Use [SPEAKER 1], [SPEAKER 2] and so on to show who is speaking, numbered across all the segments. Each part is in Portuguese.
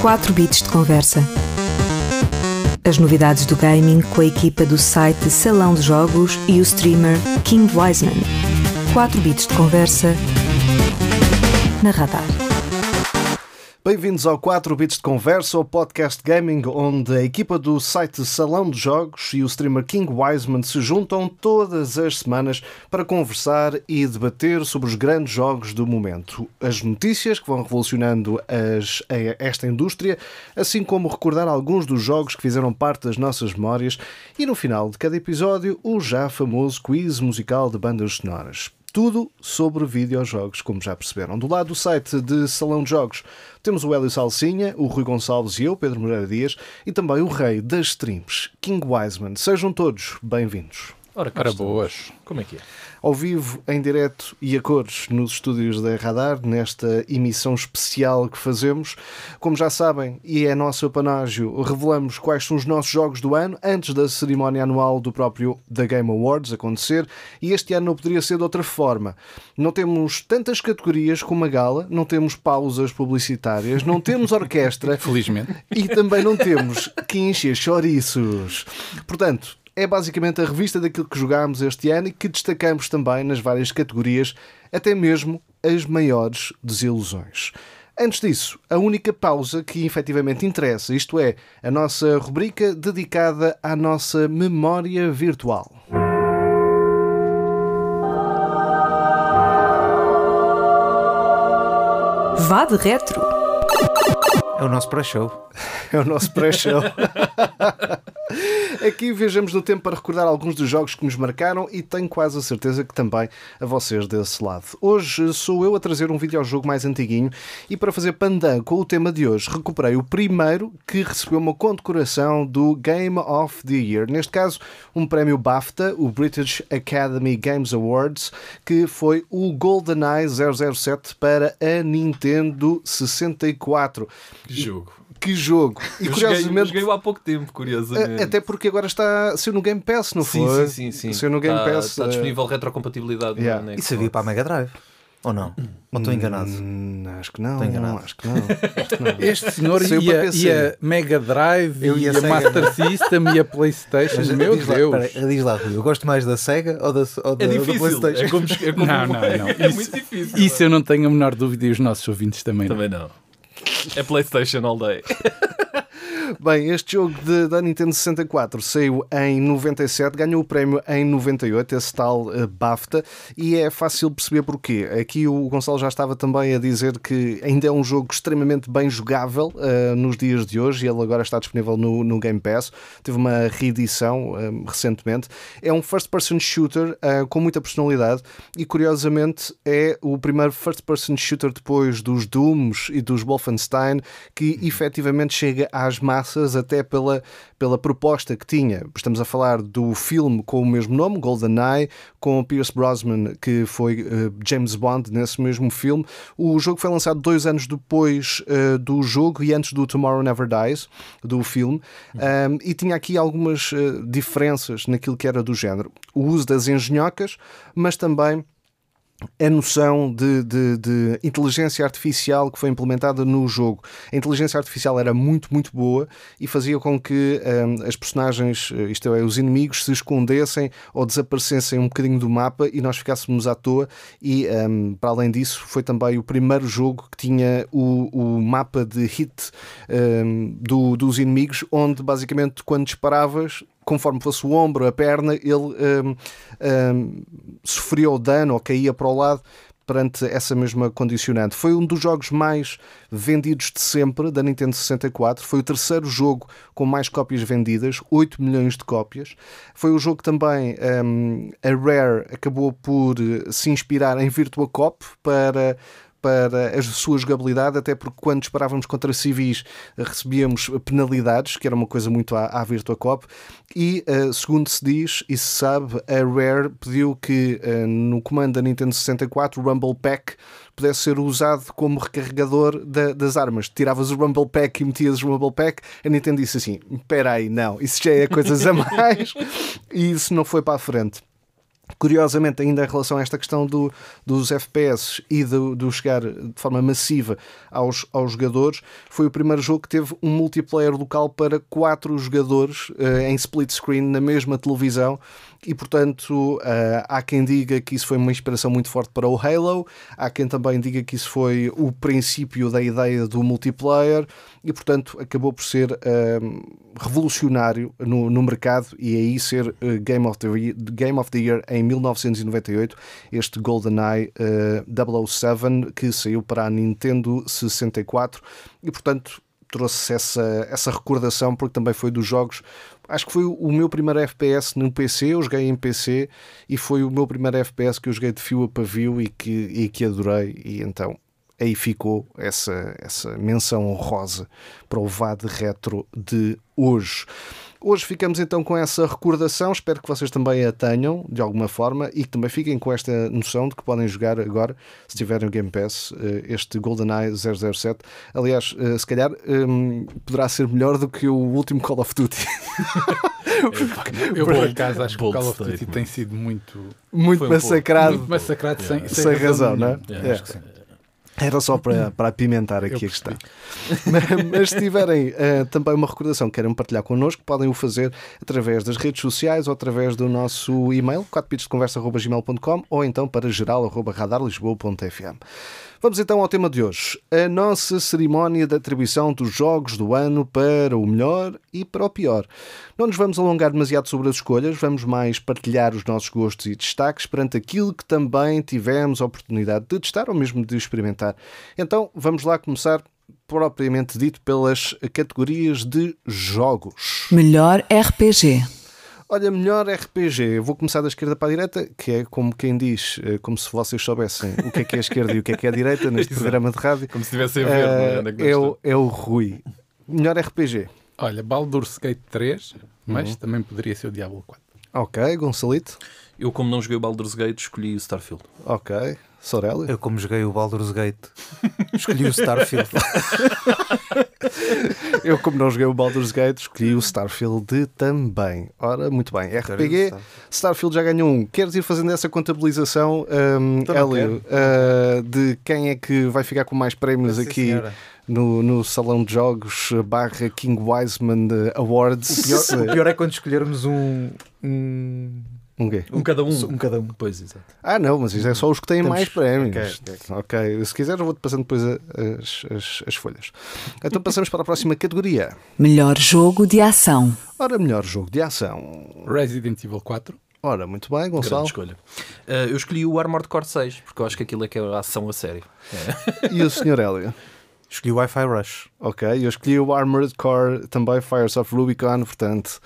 [SPEAKER 1] 4 bits de conversa. As novidades do gaming com a equipa do site Salão de Jogos e o streamer King Wiseman. 4 bits de conversa na radar.
[SPEAKER 2] Bem-vindos ao 4 Bits de Conversa, o podcast gaming onde a equipa do site Salão de Jogos e o streamer King Wiseman se juntam todas as semanas para conversar e debater sobre os grandes jogos do momento, as notícias que vão revolucionando as- a- esta indústria, assim como recordar alguns dos jogos que fizeram parte das nossas memórias e no final de cada episódio o já famoso quiz musical de bandas sonoras. Tudo sobre videojogos, como já perceberam. Do lado do site de Salão de Jogos temos o Hélio Salsinha, o Rui Gonçalves e eu, Pedro Moreira Dias, e também o rei das streams, King Wiseman. Sejam todos bem-vindos.
[SPEAKER 3] Ora, cá
[SPEAKER 4] Ora
[SPEAKER 3] estou.
[SPEAKER 4] boas, como é que é?
[SPEAKER 2] Ao vivo, em direto e a cores nos estúdios da Radar, nesta emissão especial que fazemos. Como já sabem, e é nosso panágio, revelamos quais são os nossos jogos do ano antes da cerimónia anual do próprio The Game Awards acontecer, e este ano não poderia ser de outra forma. Não temos tantas categorias como a gala, não temos pausas publicitárias, não temos orquestra,
[SPEAKER 4] Felizmente.
[SPEAKER 2] e também não temos que encher chouriços. Portanto, é basicamente a revista daquilo que jogámos este ano e que destacamos também nas várias categorias, até mesmo as maiores desilusões. Antes disso, a única pausa que efetivamente interessa, isto é, a nossa rubrica dedicada à nossa memória virtual.
[SPEAKER 1] Vá de retro.
[SPEAKER 5] É o nosso pré-show.
[SPEAKER 2] É o nosso pré-show. Aqui viajamos no tempo para recordar alguns dos jogos que nos marcaram e tenho quase a certeza que também a vocês desse lado. Hoje sou eu a trazer um videojogo mais antiguinho e para fazer pandan com o tema de hoje recuperei o primeiro que recebeu uma condecoração do Game of the Year. Neste caso, um prémio BAFTA, o British Academy Games Awards, que foi o GoldenEye 007 para a Nintendo 64.
[SPEAKER 4] Que jogo.
[SPEAKER 2] Que jogo! E
[SPEAKER 3] Eu joguei, eu
[SPEAKER 2] curiosamente.
[SPEAKER 3] joguei há pouco tempo, curiosamente.
[SPEAKER 2] a- Até porque agora está a ser no Game Pass, não
[SPEAKER 3] É, sim,
[SPEAKER 2] foi?
[SPEAKER 3] sim, sim, sim.
[SPEAKER 2] Ser no Game
[SPEAKER 3] Está-
[SPEAKER 2] Pass.
[SPEAKER 3] Está
[SPEAKER 2] eh,
[SPEAKER 3] disponível retrocompatibilidade. na-
[SPEAKER 2] Yeah.
[SPEAKER 3] na
[SPEAKER 5] Isso havia
[SPEAKER 3] Xbox.
[SPEAKER 5] para a Mega Drive. Ou não? Ou estou enganado?
[SPEAKER 2] hum, acho que não.
[SPEAKER 5] Estou enganado.
[SPEAKER 2] Acho que não. acho que não.
[SPEAKER 4] Este senhor
[SPEAKER 2] Saiu para
[SPEAKER 4] ia,
[SPEAKER 2] PC.
[SPEAKER 4] ia Mega Drive,
[SPEAKER 5] Eu
[SPEAKER 4] ia
[SPEAKER 5] ia Sega.
[SPEAKER 4] Master System, ia Playstation,
[SPEAKER 5] Mas eh,
[SPEAKER 4] meu
[SPEAKER 5] diz
[SPEAKER 4] Deus.
[SPEAKER 5] Lá, espera, diz lá, Rui, eu gosto mais da Sega ou da, ou da,
[SPEAKER 3] É
[SPEAKER 5] do
[SPEAKER 3] difícil.
[SPEAKER 5] PlayStation?
[SPEAKER 3] É como, é como-
[SPEAKER 4] Não, não, não.
[SPEAKER 3] É
[SPEAKER 4] Isso-
[SPEAKER 3] muito difícil.
[SPEAKER 4] Isso eu não tenho a menor dúvida e os nossos ouvintes também, não.
[SPEAKER 3] Também não. É PlayStation all day.
[SPEAKER 2] Bem, este jogo de, da Nintendo 64 saiu em 97, ganhou o prémio em 98, esse tal eh, BAFTA, e é fácil perceber porquê. Aqui o Gonçalo já estava também a dizer que ainda é um jogo extremamente bem jogável eh, nos dias de hoje, e ele agora está disponível no, no Game Pass. Teve uma reedição eh, recentemente. É um first-person shooter eh, com muita personalidade, e curiosamente é o primeiro first-person shooter depois dos Dooms e dos Wolfenstein que efetivamente chega às massas até pela, pela proposta que tinha. Estamos a falar do filme com o mesmo nome, GoldenEye, com o Pierce Brosnan, que foi eh, James Bond nesse mesmo filme. O jogo foi lançado dois anos depois eh, do jogo e antes do Tomorrow Never Dies, do filme, Ahm, e tinha aqui algumas eh, diferenças naquilo que era do género. O uso das engenhocas, mas também a noção de, de- de inteligência artificial que foi implementada no jogo. A inteligência artificial era muito, muito boa e fazia com que hum, as personagens, eh, isto é, os inimigos, se escondessem ou desaparecessem um bocadinho do mapa e nós ficássemos à toa. E hum, para além disso, foi também o primeiro jogo que tinha o, o mapa de hit hum, do- dos inimigos, onde basicamente quando disparavas conforme fosse o ombro, a perna, ele hum, hum, sofria o dano ou caía para o lado perante essa mesma condicionante. Foi um dos jogos mais vendidos de sempre da Nintendo 64. Foi o terceiro jogo com mais cópias vendidas, 8 milhões de cópias. Foi o jogo que também hum, a Rare acabou por eh, se inspirar em Virtua Cop para para a sua jogabilidade, até porque quando disparávamos contra civis eh, recebíamos penalidades, que era uma coisa muito à, à Virtua Cop, e eh, segundo se diz e se sabe, a Rare pediu que eh, no comando da Nintendo 64 o Rumble Pack pudesse ser usado como recarregador da- das armas. Tiravas o Rumble Pack e metias o Rumble Pack, a Nintendo disse assim, espera aí, não, isso já é coisas a mais, e isso não foi para a frente. Curiosamente, ainda em relação a esta questão do, dos FPS e do, do chegar de forma massiva aos, aos jogadores, foi o primeiro jogo que teve um multiplayer local para quatro jogadores eh, em split screen na mesma televisão. E portanto, eh, há quem diga que isso foi uma inspiração muito forte para o Halo, há quem também diga que isso foi o princípio da ideia do multiplayer, e portanto acabou por ser eh, revolucionário no, no mercado e aí ser eh, Game, of the Ye- Game of the Year em 1998, este GoldenEye eh, 007 que saiu para a Nintendo 64 e portanto trouxe essa, essa recordação porque também foi dos jogos acho que foi o meu primeiro FPS no PC, eu joguei em PC e foi o meu primeiro FPS que eu joguei de fio a pavio e que, e que adorei e então aí ficou essa, essa menção honrosa para o VAD Retro de hoje. Hoje ficamos então com essa recordação, espero que vocês também a tenham de alguma forma e que também fiquem com esta noção de que podem jogar agora, se tiverem o Game Pass, eh, este GoldenEye 007. Aliás, eh, se calhar hum, poderá ser melhor do que o último Call of Duty.
[SPEAKER 4] Eu, por
[SPEAKER 3] Bold-
[SPEAKER 4] acaso, acho que o
[SPEAKER 3] bold
[SPEAKER 4] Call of Duty
[SPEAKER 3] statement.
[SPEAKER 4] tem sido muito,
[SPEAKER 2] Muito
[SPEAKER 3] Foi um pouco-
[SPEAKER 2] massacrado,
[SPEAKER 4] muito massacrado sem,
[SPEAKER 2] sem razão, não é?
[SPEAKER 4] nenhuma.
[SPEAKER 3] É, acho
[SPEAKER 2] É. Era só para, para apimentar aqui a
[SPEAKER 4] Eu
[SPEAKER 2] questão. Mas, mas se tiverem eh, também uma recordação que queiram partilhar connosco, podem o fazer através das redes sociais ou através do nosso e-mail, 4pitsdeconversa.gmail.com ou então para geral.radarlisboa.fm. Vamos então ao tema de hoje. A nossa cerimónia de atribuição dos jogos do ano para o melhor e para o pior. Não nos vamos alongar demasiado sobre as escolhas, vamos mais partilhar os nossos gostos e destaques perante aquilo que também tivemos a oportunidade de testar ou mesmo de experimentar. Então vamos lá começar propriamente dito pelas categorias de jogos.
[SPEAKER 1] Melhor RPG.
[SPEAKER 2] Olha, melhor RPG. Eu vou começar da esquerda para a direita, que é como quem diz, eh, como se vocês soubessem o que é que é a esquerda e o que é que é a direita neste
[SPEAKER 3] Exato.
[SPEAKER 2] programa de rádio.
[SPEAKER 3] Como se estivessem a ver, não é?
[SPEAKER 2] Eh,
[SPEAKER 3] Onde é que nós
[SPEAKER 2] É o, é o Rui. Melhor RPG.
[SPEAKER 4] Olha, Baldur's Gate 3, mas também poderia ser o Diablo 4.
[SPEAKER 2] Ok, Gonçalito.
[SPEAKER 3] estamos? Eu, como não joguei o Baldur's Gate, escolhi o Starfield.
[SPEAKER 2] Ok, Sorelli.
[SPEAKER 5] Eu, como joguei o Baldur's Gate, escolhi o Starfield.
[SPEAKER 2] Eu, como não joguei o Baldur's Gate, escolhi o Starfield também. Ora, muito bem. RPG,
[SPEAKER 5] tá?
[SPEAKER 2] Starfield já ganhou um. Queres ir fazendo essa contabilização, hum,
[SPEAKER 5] Então não
[SPEAKER 2] Hélio, ah, de quem é que vai ficar com mais prémios
[SPEAKER 5] Sim,
[SPEAKER 2] aqui
[SPEAKER 5] senhora.
[SPEAKER 2] no, no Salão de Jogos eh, barra King Wiseman eh, Awards?
[SPEAKER 5] O pior, o pior é quando escolhermos um. Um,
[SPEAKER 2] Um quê?
[SPEAKER 3] Um cada um.
[SPEAKER 5] um cada um.
[SPEAKER 3] Pois, exato.
[SPEAKER 2] Ah, não, mas isso é só os que têm
[SPEAKER 5] Temos-
[SPEAKER 2] mais prémios. Ok, se quiseres, eu vou-te passando depois a- as, as- as folhas. Então passamos para a próxima categoria.
[SPEAKER 1] Melhor jogo de ação.
[SPEAKER 2] Ora, melhor jogo de ação.
[SPEAKER 4] Resident Evil 4,
[SPEAKER 2] Ora, muito bem,
[SPEAKER 3] Grande
[SPEAKER 2] Gonçalo.
[SPEAKER 3] escolha. Ah, eu escolhi o Armored Core 6, porque eu acho que aquilo é que é a ação a sério.
[SPEAKER 2] E o Sr. Hélio?
[SPEAKER 5] Escolhi o Wi-Fi Rush.
[SPEAKER 2] Ok, eu escolhi o Armored Core, também Fires of Rubicon, portanto,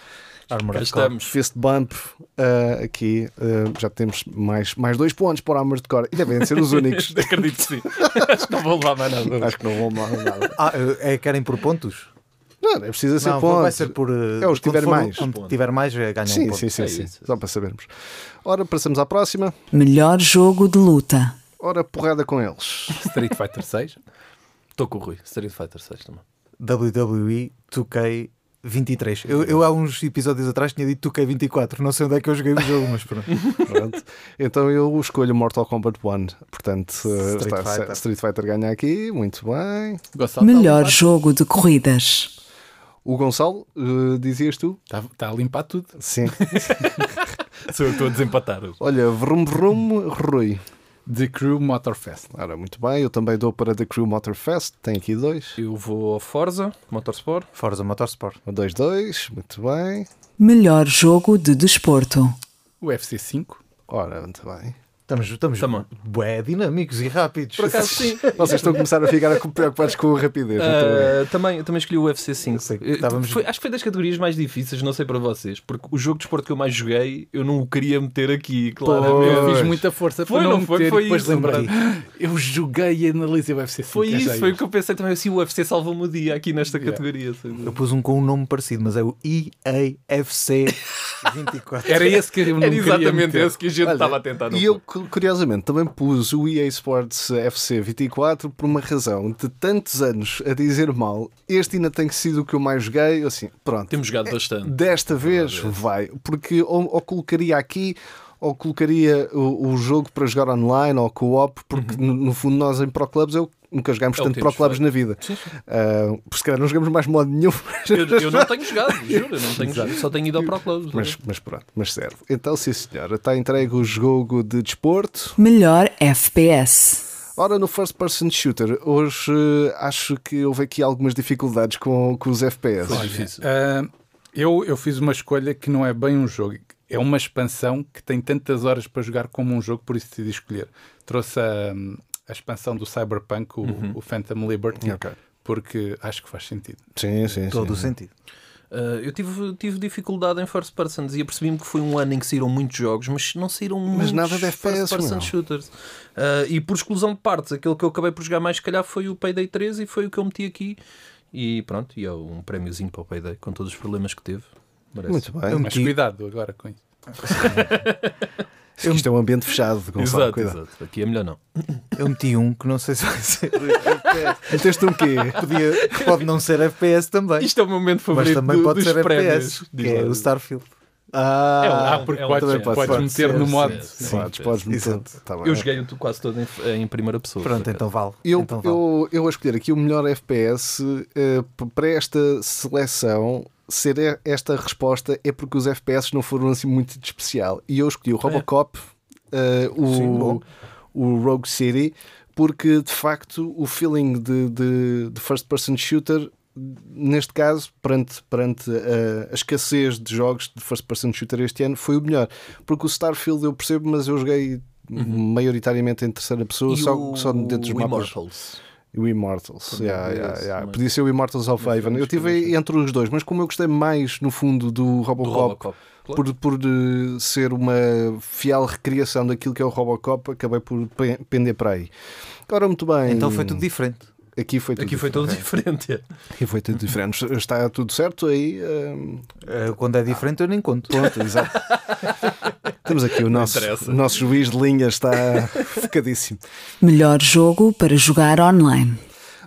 [SPEAKER 3] Cá
[SPEAKER 5] Armored Core.
[SPEAKER 3] estamos.
[SPEAKER 2] fist bump eh, aqui. eh, já temos mais, mais dois pontos para o Armored Core e devem ser os únicos.
[SPEAKER 3] Acredito que sim. acho que não vou levar mais nada.
[SPEAKER 2] Acho que não vão mal nada.
[SPEAKER 5] Ah, é, querem por pontos?
[SPEAKER 2] Não, não é preciso ser
[SPEAKER 5] não,
[SPEAKER 2] pontos.
[SPEAKER 5] vai ser por. eh,
[SPEAKER 2] É os que
[SPEAKER 5] quando
[SPEAKER 2] tiver
[SPEAKER 5] for-
[SPEAKER 2] mais.
[SPEAKER 5] Quando tiver mais, eh, ganham um
[SPEAKER 2] Sim,
[SPEAKER 5] ponto.
[SPEAKER 2] sim, sim,
[SPEAKER 3] É
[SPEAKER 2] sim.
[SPEAKER 3] isso.
[SPEAKER 2] Só para sabermos. Ora, passamos à próxima.
[SPEAKER 1] Melhor jogo de luta.
[SPEAKER 2] Ora, porrada com eles.
[SPEAKER 4] Street Fighter 6,
[SPEAKER 3] Estou com o Rui. Street Fighter 6 também.
[SPEAKER 5] WWE 2K23. Eu, eu há uns episódios atrás tinha dito 2K24. Não sei onde é que eu joguei o jogo, mas pronto.
[SPEAKER 2] Pronto. Então eu escolho Mortal Kombat 1. Portanto, eh,
[SPEAKER 5] Street
[SPEAKER 2] está-
[SPEAKER 5] Fighter.
[SPEAKER 2] Street Fighter ganha aqui. Muito bem.
[SPEAKER 4] Gonçalo
[SPEAKER 1] Melhor
[SPEAKER 4] está
[SPEAKER 1] jogo de corridas.
[SPEAKER 2] O Gonçalo, eh, dizias tu?
[SPEAKER 4] a limpar, está, está Tá, a limpar tudo.
[SPEAKER 2] Sim.
[SPEAKER 3] Sou eu que estou a desempatar.
[SPEAKER 2] Olha, vrum vrum, Rui.
[SPEAKER 4] The Crew Motorfest.
[SPEAKER 2] Ora, muito bem. Eu também dou para The Crew Motorfest. Tem aqui dois. Um,
[SPEAKER 3] Eu vou ao Forza, Motorsport.
[SPEAKER 5] Forza Motorsport.
[SPEAKER 2] Dois, dois. Muito bem.
[SPEAKER 1] Melhor jogo de desporto.
[SPEAKER 4] UFC 5,
[SPEAKER 2] Ora, muito bem.
[SPEAKER 5] Estamos, estamos
[SPEAKER 3] Também.
[SPEAKER 5] bué dinâmicos e rápidos.
[SPEAKER 3] Por acaso, sim.
[SPEAKER 2] Vocês estão a começar a ficar preocupados com a rapidez. não estão a ver?
[SPEAKER 3] Ah, também, eu também escolhi o UFC 5.
[SPEAKER 5] Eu sei que
[SPEAKER 3] Eh,
[SPEAKER 5] estávamos-
[SPEAKER 3] foi- acho que foi das categorias mais difíceis, não sei para vocês, porque o jogo de esporte que eu mais joguei eu não o queria meter aqui, claramente.
[SPEAKER 4] eu
[SPEAKER 2] Pois.
[SPEAKER 4] fiz muita força
[SPEAKER 3] Foi,
[SPEAKER 4] para não,
[SPEAKER 3] não foi?
[SPEAKER 4] meter
[SPEAKER 3] Foi
[SPEAKER 4] e depois
[SPEAKER 3] isso,
[SPEAKER 4] lembrei. Eu joguei e analisei o UFC 5.
[SPEAKER 3] Foi
[SPEAKER 4] é já
[SPEAKER 3] isso, foi o que eu pensei também. Assim, o UFC salvou-me o dia aqui nesta
[SPEAKER 4] Yeah.
[SPEAKER 3] categoria. sem dúvida.
[SPEAKER 5] Eu pus um com um nome parecido, mas é o IAFC 24.
[SPEAKER 4] Era esse que eu não
[SPEAKER 3] Era
[SPEAKER 4] queria
[SPEAKER 3] exatamente
[SPEAKER 4] meter.
[SPEAKER 3] esse que a gente
[SPEAKER 2] Olha,
[SPEAKER 3] estava a tentar. Ah, não
[SPEAKER 2] E eu,
[SPEAKER 3] foi?
[SPEAKER 2] cu- curiosamente, também pus o EA Sports FC 24 por uma razão de tantos anos a dizer mal. Este ainda tem que ser o que eu mais joguei. Eu Assim, pronto,
[SPEAKER 3] Temos jogado bastante.
[SPEAKER 2] desta vez vai, porque ou, ou colocaria aqui. ou colocaria o, o jogo para jogar online ou co-op, porque no, no fundo nós em Pro Clubs eu nunca jogámos
[SPEAKER 3] Uhum. É o que
[SPEAKER 2] tanto Pro Clubs
[SPEAKER 3] temos feito.
[SPEAKER 2] na vida. Ah, por se calhar não jogamos mais modo nenhum,
[SPEAKER 3] Eu, eu não tenho jogado, juro, eu não tenho jogado. Só tenho ido ao Pro Clubs.
[SPEAKER 2] mas, mas pronto, mas serve. Então, sim senhora, está entregue o jogo de desporto.
[SPEAKER 1] Melhor FPS.
[SPEAKER 2] Ora, no First Person Shooter, hoje eh, acho que houve aqui algumas dificuldades com, com os FPS.
[SPEAKER 3] Foi difícil.
[SPEAKER 4] Ah, eu, eu fiz uma escolha que não é bem um jogo. É uma expansão que tem tantas horas para jogar como um jogo, por isso decidi escolher. Trouxe a, a expansão do Cyberpunk, o, o Phantom Liberty,
[SPEAKER 2] Ok.
[SPEAKER 4] porque acho que faz sentido.
[SPEAKER 2] Sim, sim,
[SPEAKER 5] Todo o
[SPEAKER 2] sim.
[SPEAKER 5] sentido.
[SPEAKER 3] Ah, eu tive, tive dificuldade em first persons e apercebi-me que foi um ano em que saíram muitos jogos, mas não saíram muitos
[SPEAKER 2] nada de FPS,
[SPEAKER 3] first person
[SPEAKER 2] meu.
[SPEAKER 3] shooters. Ah, e por exclusão de partes, aquele que eu acabei por jogar mais, se calhar, foi o Payday 3 e foi o que eu meti aqui. E pronto, e é um prémiozinho para o Payday, com todos os problemas que teve. Merece.
[SPEAKER 2] Muito bem.
[SPEAKER 4] Mas cuidado agora com isso.
[SPEAKER 2] Isto é um ambiente fechado, Gonçalo.
[SPEAKER 3] Exato,
[SPEAKER 2] cuidado.
[SPEAKER 3] exato. Aqui é melhor não.
[SPEAKER 5] Eu meti um que não sei se vai ser.
[SPEAKER 2] Meteste um quê?
[SPEAKER 5] Podia- que pode não ser FPS também.
[SPEAKER 3] Isto é o meu momento
[SPEAKER 5] Mas
[SPEAKER 3] favorito
[SPEAKER 5] também
[SPEAKER 3] do-
[SPEAKER 5] pode
[SPEAKER 3] dos
[SPEAKER 5] ser
[SPEAKER 3] prémios.
[SPEAKER 5] FPS,
[SPEAKER 3] Diz
[SPEAKER 5] que é
[SPEAKER 3] lá. um
[SPEAKER 5] o Starfield.
[SPEAKER 4] É um-
[SPEAKER 5] Ah,
[SPEAKER 4] ah, porque
[SPEAKER 3] é um
[SPEAKER 4] podes,
[SPEAKER 3] FPS.
[SPEAKER 4] podes
[SPEAKER 5] Pode
[SPEAKER 4] meter
[SPEAKER 5] ser,
[SPEAKER 4] no
[SPEAKER 5] sim,
[SPEAKER 4] modo.
[SPEAKER 3] sim.
[SPEAKER 2] Podes, podes meter.
[SPEAKER 5] Exato.
[SPEAKER 2] Tá bem.
[SPEAKER 3] Eu joguei o quase todo em, em primeira pessoa.
[SPEAKER 5] Pronto, então vale.
[SPEAKER 2] Eu,
[SPEAKER 5] então vale.
[SPEAKER 2] eu, eu a escolher aqui o melhor FPS eh, p- para esta seleção ser e- esta resposta é porque os FPS não foram assim muito de especial. E eu escolhi o
[SPEAKER 5] É.
[SPEAKER 2] Robocop, eh, o, o Rogue City, porque de facto o feeling de, de, de first person shooter. Neste caso, perante, perante eh, a escassez de jogos de first person shooter este ano, foi o melhor. Porque o Starfield eu percebo, mas eu joguei
[SPEAKER 5] Uhum.
[SPEAKER 2] maioritariamente em terceira pessoa, então, só, só dentro dos mapas.
[SPEAKER 3] Immortals.
[SPEAKER 2] E o Immortals.
[SPEAKER 3] Podia
[SPEAKER 2] Yeah,
[SPEAKER 3] ser
[SPEAKER 2] yeah,
[SPEAKER 3] esse,
[SPEAKER 2] yeah.
[SPEAKER 3] mas-
[SPEAKER 2] Podia ser o Immortals of
[SPEAKER 3] Mas
[SPEAKER 2] Haven. Eu
[SPEAKER 3] vamos
[SPEAKER 2] tive
[SPEAKER 3] escolher.
[SPEAKER 2] entre os dois, mas como eu gostei mais, no fundo, do
[SPEAKER 3] Do
[SPEAKER 2] Robocop,
[SPEAKER 3] Robocop. Claro.
[SPEAKER 2] por, por eh, ser uma fiel recriação daquilo que é o Robocop, acabei por pe- pender para aí. Ora, muito bem.
[SPEAKER 5] Então foi tudo diferente.
[SPEAKER 2] Aqui foi tudo
[SPEAKER 3] Aqui foi
[SPEAKER 2] diferente.
[SPEAKER 3] todo diferente. é.
[SPEAKER 2] Aqui foi tudo diferente. Está tudo certo aí. ehm,
[SPEAKER 5] Eh, Quando é diferente, eu nem conto.
[SPEAKER 2] exato. Temos aqui o nosso,
[SPEAKER 3] interessa.
[SPEAKER 2] o nosso juiz de linha, está focadíssimo.
[SPEAKER 1] Melhor jogo para jogar online.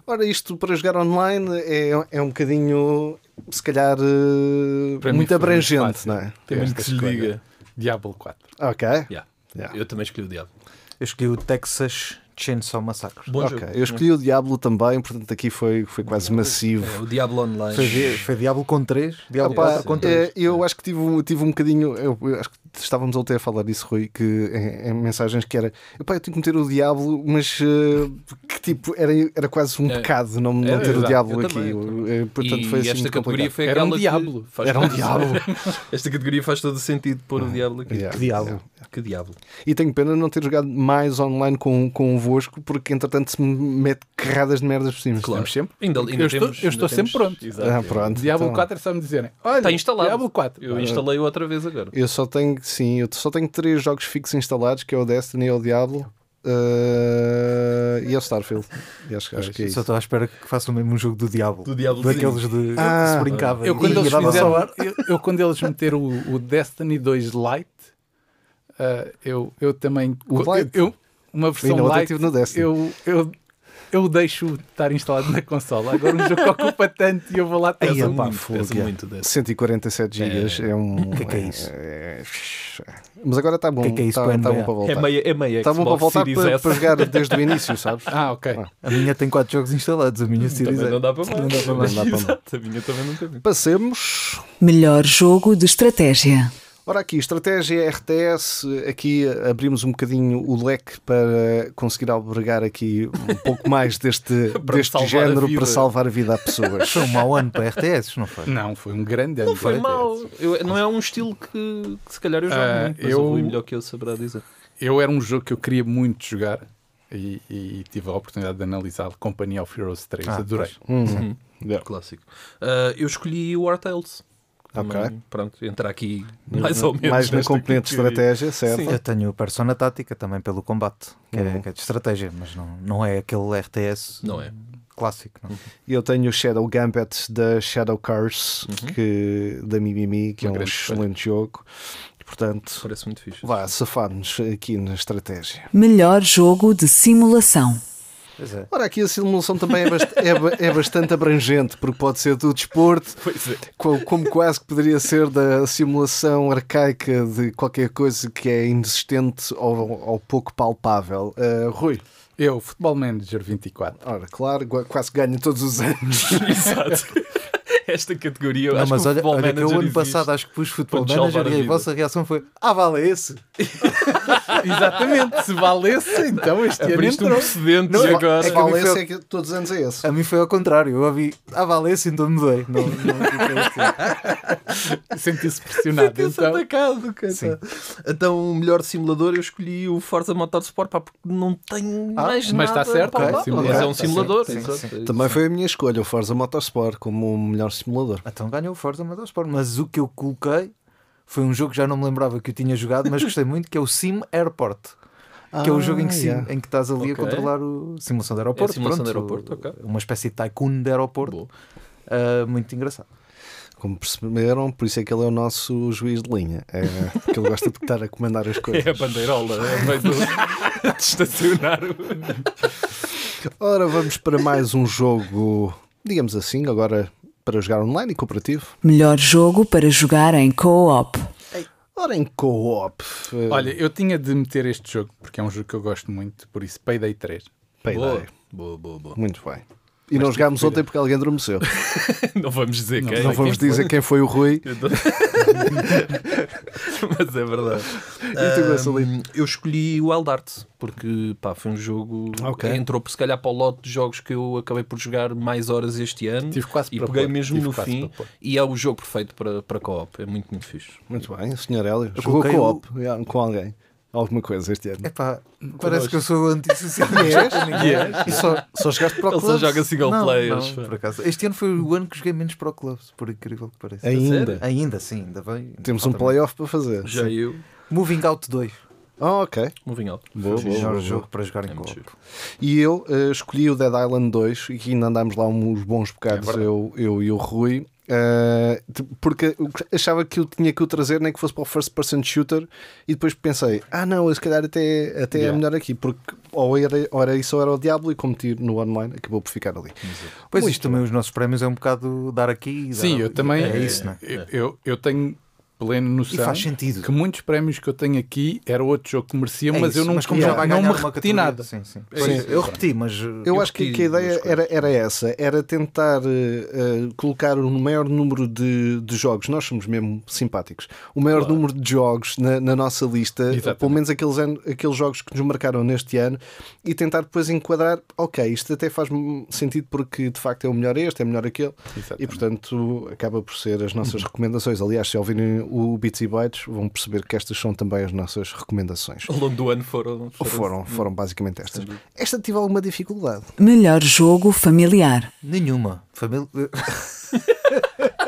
[SPEAKER 2] Ora, isto para jogar online é, é um bocadinho, se calhar, eh,
[SPEAKER 4] Para mim
[SPEAKER 2] muito
[SPEAKER 4] foi
[SPEAKER 2] abrangente,
[SPEAKER 4] fácil.
[SPEAKER 2] não é?
[SPEAKER 4] Tem muito
[SPEAKER 3] Esta
[SPEAKER 4] que se lhe
[SPEAKER 3] escolha.
[SPEAKER 4] diga. Diablo 4.
[SPEAKER 2] Ok.
[SPEAKER 3] Yeah.
[SPEAKER 2] Yeah.
[SPEAKER 3] Eu também escolhi o Diabo.
[SPEAKER 5] Eu escolhi o Texas Chainsaw Massacre.
[SPEAKER 3] Bom
[SPEAKER 2] Ok.
[SPEAKER 3] jogo.
[SPEAKER 2] Eu escolhi o Diablo também, portanto aqui foi, foi quase massivo.
[SPEAKER 3] É, o Diablo Online.
[SPEAKER 5] Foi, Di- foi Diablo com 3, Diablo
[SPEAKER 2] Epá,
[SPEAKER 5] 4 com 3.
[SPEAKER 2] é, eu acho que tive, um- tive um bocadinho. Eu, eu acho que estávamos até a falar disso, Rui, que em, em mensagens que era epá, eu tenho que meter o Diablo, mas eh, que tipo, era, era quase um
[SPEAKER 3] É.
[SPEAKER 2] pecado não, não
[SPEAKER 3] É,
[SPEAKER 2] ter o
[SPEAKER 3] exato.
[SPEAKER 2] Diablo
[SPEAKER 3] Eu
[SPEAKER 2] aqui.
[SPEAKER 3] também, eu
[SPEAKER 2] Eh, portanto,
[SPEAKER 3] e
[SPEAKER 2] foi assim
[SPEAKER 3] esta
[SPEAKER 2] muito
[SPEAKER 3] categoria
[SPEAKER 2] complicado.
[SPEAKER 3] foi
[SPEAKER 4] Era um
[SPEAKER 3] aquela que
[SPEAKER 4] Diablo.
[SPEAKER 3] faz
[SPEAKER 2] Era um
[SPEAKER 3] todo-
[SPEAKER 2] Diablo. Ah.
[SPEAKER 3] Esta categoria faz todo o sentido pôr o Diablo aqui.
[SPEAKER 2] Yeah.
[SPEAKER 5] Que diabo.
[SPEAKER 3] Que Diablo.
[SPEAKER 2] E tenho pena de não ter jogado mais online com, convosco, porque entretanto se me mete carradas de merdas por cima.
[SPEAKER 3] Claro.
[SPEAKER 4] Estamos sempre.
[SPEAKER 3] Ainda, ainda
[SPEAKER 4] Eu estou-
[SPEAKER 3] temos-
[SPEAKER 4] eu
[SPEAKER 3] ainda
[SPEAKER 4] estou
[SPEAKER 3] temos-
[SPEAKER 4] sempre pronto.
[SPEAKER 3] Exato.
[SPEAKER 2] Ah, pronto,
[SPEAKER 4] Diablo
[SPEAKER 2] então.
[SPEAKER 4] 4 é só me dizerem. Olha,
[SPEAKER 3] Está instalado.
[SPEAKER 4] Diablo 4.
[SPEAKER 3] Eu instalei-o outra vez agora.
[SPEAKER 2] Eu só tenho, sim, eu só tenho três jogos fixos instalados, que é o Destiny, é o Diablo eh, e é o Starfield. E acho, acho que é
[SPEAKER 5] Só
[SPEAKER 2] isso.
[SPEAKER 5] estou à espera que façam o mesmo um jogo do Diablo.
[SPEAKER 3] Do Diablo
[SPEAKER 5] Daqueles de
[SPEAKER 2] Ah.
[SPEAKER 5] que se brincava.
[SPEAKER 4] Eu quando,
[SPEAKER 5] e
[SPEAKER 4] eles
[SPEAKER 5] dava só
[SPEAKER 4] fizeram,
[SPEAKER 5] ar.
[SPEAKER 4] eu, eu quando eles meteram o, o Destiny 2 Lite, ah, eu, eu também.
[SPEAKER 2] O
[SPEAKER 4] co-
[SPEAKER 2] Lite?
[SPEAKER 4] Eu, uma versão
[SPEAKER 2] Ainda ontem
[SPEAKER 4] Lite,
[SPEAKER 2] tive no Destiny.
[SPEAKER 4] eu, eu, eu deixo estar instalado na consola. Agora um jogo que ocupa tanto e eu vou lá
[SPEAKER 2] É
[SPEAKER 4] ter.
[SPEAKER 5] Ai,
[SPEAKER 3] Pesa
[SPEAKER 5] epá,
[SPEAKER 3] muito,
[SPEAKER 5] fogo,
[SPEAKER 3] pesa
[SPEAKER 5] yeah.
[SPEAKER 3] muito desse.
[SPEAKER 2] 147 GB é, um.
[SPEAKER 5] Que que é isso?
[SPEAKER 2] Mas agora está bom.
[SPEAKER 5] Que que é isso
[SPEAKER 2] está
[SPEAKER 5] para
[SPEAKER 2] está bom
[SPEAKER 5] NBA?
[SPEAKER 2] para
[SPEAKER 3] É
[SPEAKER 2] voltar.
[SPEAKER 3] meia, é meia
[SPEAKER 2] Está bom para
[SPEAKER 3] Xbox
[SPEAKER 2] voltar
[SPEAKER 3] Series
[SPEAKER 2] para,
[SPEAKER 3] S.
[SPEAKER 2] para jogar desde o início, sabes?
[SPEAKER 4] Ah, ok.
[SPEAKER 5] A minha tem 4 jogos instalados, a minha Series
[SPEAKER 3] Também
[SPEAKER 5] A.
[SPEAKER 3] não dá para mais.
[SPEAKER 5] Não dá para mais.
[SPEAKER 2] Não dá para mais.
[SPEAKER 3] Exato, a minha também não tem.
[SPEAKER 2] Passemos
[SPEAKER 1] Melhor jogo de estratégia.
[SPEAKER 2] Ora, aqui, estratégia RTS, aqui abrimos um bocadinho o leque para conseguir albergar aqui um pouco mais deste,
[SPEAKER 3] Para
[SPEAKER 2] deste
[SPEAKER 3] salvar a
[SPEAKER 2] género
[SPEAKER 3] vida.
[SPEAKER 2] para salvar a vida a pessoas.
[SPEAKER 5] Foi um mau ano para RTS, não foi?
[SPEAKER 4] Não, foi um grande
[SPEAKER 2] É
[SPEAKER 4] ano.
[SPEAKER 3] Não foi
[SPEAKER 4] para
[SPEAKER 3] mal.
[SPEAKER 4] RTS.
[SPEAKER 3] não é um estilo que, se calhar eu jogo
[SPEAKER 4] Ah,
[SPEAKER 3] muito, mas
[SPEAKER 4] eu-
[SPEAKER 3] o Rui melhor que eu saberá dizer.
[SPEAKER 4] Eu era um jogo que eu queria muito jogar e, e tive a oportunidade de analisar Company of Heroes
[SPEAKER 6] é
[SPEAKER 4] 3.
[SPEAKER 5] Ah,
[SPEAKER 4] Adorei.
[SPEAKER 2] Uhum. Yeah.
[SPEAKER 3] Clássico. Ah, eu escolhi o War Tales. Também,
[SPEAKER 2] Ok.
[SPEAKER 3] Pronto, entrar aqui
[SPEAKER 5] Uhum.
[SPEAKER 3] mais ou menos.
[SPEAKER 5] um
[SPEAKER 2] Mais na
[SPEAKER 3] nesta
[SPEAKER 2] componente de
[SPEAKER 3] categoria.
[SPEAKER 2] estratégia, certo?
[SPEAKER 5] Eu tenho Persona Tática também pelo combate, que,
[SPEAKER 6] Uhum.
[SPEAKER 5] é, que é de estratégia, mas não, não é aquele RTS
[SPEAKER 3] Não é?
[SPEAKER 5] clássico.
[SPEAKER 6] Uhum.
[SPEAKER 5] Não.
[SPEAKER 2] E Eu tenho o Shadow Gambit da Shadow Curse, que, da Mimimi, que
[SPEAKER 4] Uma
[SPEAKER 2] é um
[SPEAKER 4] grande
[SPEAKER 2] excelente jogo. E, portanto,
[SPEAKER 3] Parece muito fixe.
[SPEAKER 2] vá, safar-nos aqui na estratégia.
[SPEAKER 1] Melhor jogo de simulação.
[SPEAKER 5] Pois é.
[SPEAKER 2] Ora, aqui a simulação também é, bast- é ba- é bastante abrangente, porque pode ser do desporto, co- como quase que poderia ser da simulação arcaica de qualquer coisa que é inexistente ou, ou pouco palpável. Ah, Rui,
[SPEAKER 4] Eu, Futebol Manager 24.
[SPEAKER 2] ora, claro, gua- quase ganho todos os anos.
[SPEAKER 6] Exato. Esta categoria, eu
[SPEAKER 5] Não,
[SPEAKER 6] acho
[SPEAKER 5] mas
[SPEAKER 6] que o
[SPEAKER 5] olha,
[SPEAKER 6] futebol
[SPEAKER 5] olha que eu
[SPEAKER 6] manager
[SPEAKER 5] ano
[SPEAKER 6] existe.
[SPEAKER 5] passado acho que pus futebol
[SPEAKER 6] Para te salvar
[SPEAKER 5] manager e
[SPEAKER 6] a
[SPEAKER 5] a
[SPEAKER 6] vida.
[SPEAKER 5] vossa reação foi: Ah, vale é esse.
[SPEAKER 4] Exatamente, se valesse, então este ano
[SPEAKER 6] Abriste um
[SPEAKER 4] entrou.
[SPEAKER 6] precedente
[SPEAKER 5] Não,
[SPEAKER 6] e
[SPEAKER 5] é-
[SPEAKER 6] agora.
[SPEAKER 2] É que a
[SPEAKER 5] Qual
[SPEAKER 2] mim
[SPEAKER 5] é o-
[SPEAKER 2] foi- é que todos os anos é esse.
[SPEAKER 5] A mim foi ao contrário. Eu ouvi: Ah, vale esse, então mudei. Não, assim. não,
[SPEAKER 4] Senti-se pressionado.
[SPEAKER 3] Esse
[SPEAKER 4] então.
[SPEAKER 3] atacado, cara. Então, o melhor simulador eu escolhi o Forza Motorsport, pá, porque não tenho
[SPEAKER 5] Ah,
[SPEAKER 3] mais
[SPEAKER 4] mas
[SPEAKER 3] nada.
[SPEAKER 4] está certo,
[SPEAKER 3] pá,
[SPEAKER 4] é
[SPEAKER 3] pá,
[SPEAKER 4] simulador.
[SPEAKER 3] mas é um
[SPEAKER 5] Está certo,
[SPEAKER 3] simulador.
[SPEAKER 5] sim,
[SPEAKER 3] exato.
[SPEAKER 5] sim.
[SPEAKER 2] Também foi a minha escolha, o Forza Motorsport, como o melhor simulador.
[SPEAKER 5] então ganhou o Forza Motorsport. Mas o que eu coloquei foi um jogo que já não me lembrava que eu tinha jogado, mas gostei muito, que é o Sim Airport. Que é o jogo em que, sim,
[SPEAKER 2] Ah, yeah.
[SPEAKER 5] em que estás ali a
[SPEAKER 3] Ok.
[SPEAKER 5] controlar o simulação de aeroporto.
[SPEAKER 3] É simulação de
[SPEAKER 5] pronto,
[SPEAKER 3] aeroporto, ok.
[SPEAKER 5] Uma espécie de tycoon de aeroporto.
[SPEAKER 3] Boa.
[SPEAKER 5] Ah, muito engraçado.
[SPEAKER 2] Como perceberam, por isso é que ele é o nosso juiz de linha. É, porque ele gosta de estar a comandar as coisas.
[SPEAKER 6] É a bandeirola, é meio do- de estacionar.
[SPEAKER 2] Ora, vamos para mais um jogo, digamos assim, agora para jogar online e cooperativo.
[SPEAKER 1] Melhor jogo para jogar em co-op.
[SPEAKER 2] Ora, em co-op. eh,
[SPEAKER 4] Olha, eu tinha de meter este jogo, porque é um jogo que eu gosto muito, por isso Payday 3.
[SPEAKER 2] payday.
[SPEAKER 3] Boa, boa, boa, boa.
[SPEAKER 2] Muito bem. E não jogámos ontem porque alguém adormeceu.
[SPEAKER 6] Não vamos dizer
[SPEAKER 3] é,
[SPEAKER 6] quem.
[SPEAKER 2] não vamos dizer quem foi o Rui.
[SPEAKER 6] Eu dou-
[SPEAKER 3] Mas é verdade.
[SPEAKER 2] tu, Gonçalito?
[SPEAKER 3] Ahm, eu escolhi o Wild Art, porque pá, foi um jogo
[SPEAKER 2] Ok.
[SPEAKER 3] entrou se calhar para o lote de jogos que eu acabei por jogar mais horas este ano
[SPEAKER 4] Tive quase
[SPEAKER 3] e
[SPEAKER 4] para
[SPEAKER 3] peguei
[SPEAKER 4] pôr,
[SPEAKER 3] mesmo
[SPEAKER 4] tive
[SPEAKER 3] no
[SPEAKER 4] quase
[SPEAKER 3] fim
[SPEAKER 4] para pôr.
[SPEAKER 3] e é o jogo perfeito para, para co-op. É muito, muito fixe.
[SPEAKER 2] Muito bem, senhor Hélio. Jogou
[SPEAKER 5] coloquei
[SPEAKER 2] co-op yeah, com alguém. Alguma coisa este ano.
[SPEAKER 5] Epá, parece que eu sou antissocial. Não gosto de ninguém.
[SPEAKER 2] E só, só jogaste para o
[SPEAKER 6] Ele só
[SPEAKER 2] clubes.
[SPEAKER 6] joga single
[SPEAKER 5] Não,
[SPEAKER 6] players.
[SPEAKER 5] não,
[SPEAKER 6] pá.
[SPEAKER 5] por acaso. Este ano foi o ano que joguei menos para o clubes, por incrível que pareça.
[SPEAKER 2] Ainda.
[SPEAKER 5] Ainda sim, ainda bem. ainda
[SPEAKER 2] Temos um
[SPEAKER 5] falta
[SPEAKER 2] playoff para fazer.
[SPEAKER 3] Já eu, Um
[SPEAKER 5] muito. Moving Out 2.
[SPEAKER 2] Ah, ok.
[SPEAKER 3] moving out.
[SPEAKER 2] Boa, boa,
[SPEAKER 5] Melhor
[SPEAKER 2] boa, boa.
[SPEAKER 5] jogo para jogar em
[SPEAKER 3] É muito
[SPEAKER 5] co-op.
[SPEAKER 2] E eu eh, escolhi o Dead Island 2 e que ainda andámos lá uns bons bocados, eu, eu e o Rui. eh, t- porque eu achava que eu tinha que o trazer, nem que fosse para o first person shooter, e depois pensei: ah, não, se calhar até, até é
[SPEAKER 4] Yeah.
[SPEAKER 2] melhor aqui, porque ou era, ou era isso ou era o Diablo, e como tiro no online, acabou por ficar ali.
[SPEAKER 5] Pois isto também, os nossos prémios é um bocado dar aqui e dar
[SPEAKER 4] Sim,
[SPEAKER 5] ali.
[SPEAKER 4] eu também.
[SPEAKER 5] É isso, não é?
[SPEAKER 4] Eu, eu, eu tenho pleno noção
[SPEAKER 5] E faz sentido.
[SPEAKER 4] que muitos prémios que eu tenho aqui era outro jogo que merecia,
[SPEAKER 5] É
[SPEAKER 4] mas
[SPEAKER 5] isso,
[SPEAKER 4] eu não,
[SPEAKER 5] como
[SPEAKER 4] eu
[SPEAKER 5] já vai
[SPEAKER 4] não
[SPEAKER 5] ganhar
[SPEAKER 4] me
[SPEAKER 5] uma
[SPEAKER 4] repeti
[SPEAKER 5] categoria-
[SPEAKER 4] nada.
[SPEAKER 5] Sim, sim.
[SPEAKER 4] É
[SPEAKER 5] Sim,
[SPEAKER 4] isso.
[SPEAKER 5] eu repeti, mas uh,
[SPEAKER 2] Eu acho que,
[SPEAKER 3] repeti
[SPEAKER 2] que a ideia
[SPEAKER 3] duas
[SPEAKER 2] era, era essa, era tentar eh, eh, colocar o maior número de, de jogos, nós somos mesmo simpáticos, o maior número de jogos na, na nossa lista, eh,
[SPEAKER 4] Exatamente.
[SPEAKER 2] pelo menos aqueles, ano- aqueles jogos que nos marcaram neste ano, e tentar depois enquadrar, ok, isto até faz sentido porque de facto é o melhor este, é melhor aquele, e
[SPEAKER 4] Exatamente.
[SPEAKER 2] portanto acaba por ser as nossas recomendações. Aliás, se ouvirem o Bits e Bytes, vão perceber que estas são também as nossas recomendações.
[SPEAKER 6] Ao longo do ano foram.
[SPEAKER 2] Foram, foram basicamente estas. Esta tive alguma dificuldade.
[SPEAKER 1] Melhor jogo familiar.
[SPEAKER 2] é-
[SPEAKER 5] nenhuma. eh, Família...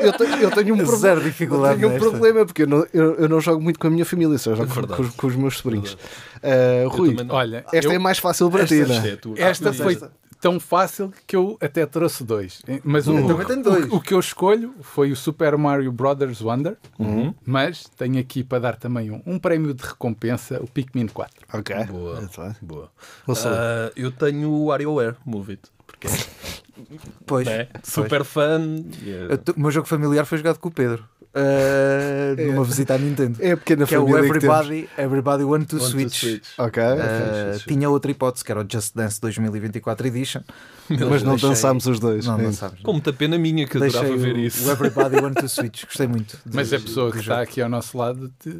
[SPEAKER 2] Eu, te- eu tenho um problema.
[SPEAKER 5] Zero dificuldade
[SPEAKER 2] Tenho um
[SPEAKER 5] nesta.
[SPEAKER 2] problema porque eu não, eu, eu não jogo muito com a minha família, só jogo com, com os- com os meus sobrinhos. Ah, Rui,
[SPEAKER 6] também não.
[SPEAKER 4] Olha,
[SPEAKER 2] esta
[SPEAKER 4] eu-
[SPEAKER 2] é mais fácil para ti, não é?
[SPEAKER 3] Ah,
[SPEAKER 5] Ah,
[SPEAKER 4] esta foi tão fácil que eu até trouxe dois. Mas o,
[SPEAKER 5] também tenho dois.
[SPEAKER 4] o, o que eu escolho foi o Super Mario Brothers Wonder,
[SPEAKER 6] Uhum.
[SPEAKER 4] mas tenho aqui para dar também um, um prémio de recompensa, o Pikmin 4.
[SPEAKER 2] Ok.
[SPEAKER 3] Boa.
[SPEAKER 2] Muito bem.
[SPEAKER 3] Boa.
[SPEAKER 2] Não sei.
[SPEAKER 3] Ah, eu tenho o WarioWare, Move It. Porque é,
[SPEAKER 5] Pois.
[SPEAKER 3] né?
[SPEAKER 4] É.
[SPEAKER 3] super fã. e, eh,
[SPEAKER 5] Eu te- O meu jogo familiar foi jogado com o Pedro. uh, numa visita à Nintendo.
[SPEAKER 2] É a pequena
[SPEAKER 5] que é o
[SPEAKER 2] família que temos.
[SPEAKER 5] Everybody, Everybody One to
[SPEAKER 3] One to
[SPEAKER 5] Switch.
[SPEAKER 2] Ok.
[SPEAKER 5] Uh, tinha outra hipótese que era o Just Dance 2024 Edition.
[SPEAKER 2] Mas não
[SPEAKER 5] deixei-
[SPEAKER 2] dançámos os dois.
[SPEAKER 5] Não,
[SPEAKER 2] É.
[SPEAKER 5] não sabes.
[SPEAKER 3] Com muita pena minha que
[SPEAKER 5] Deixei
[SPEAKER 3] adorava
[SPEAKER 5] o,
[SPEAKER 3] ver isso.
[SPEAKER 5] o Everybody One to Switch. Gostei muito. de-
[SPEAKER 4] Mas a pessoa que
[SPEAKER 5] do
[SPEAKER 4] está
[SPEAKER 5] jogo.
[SPEAKER 4] aqui ao nosso lado te- te-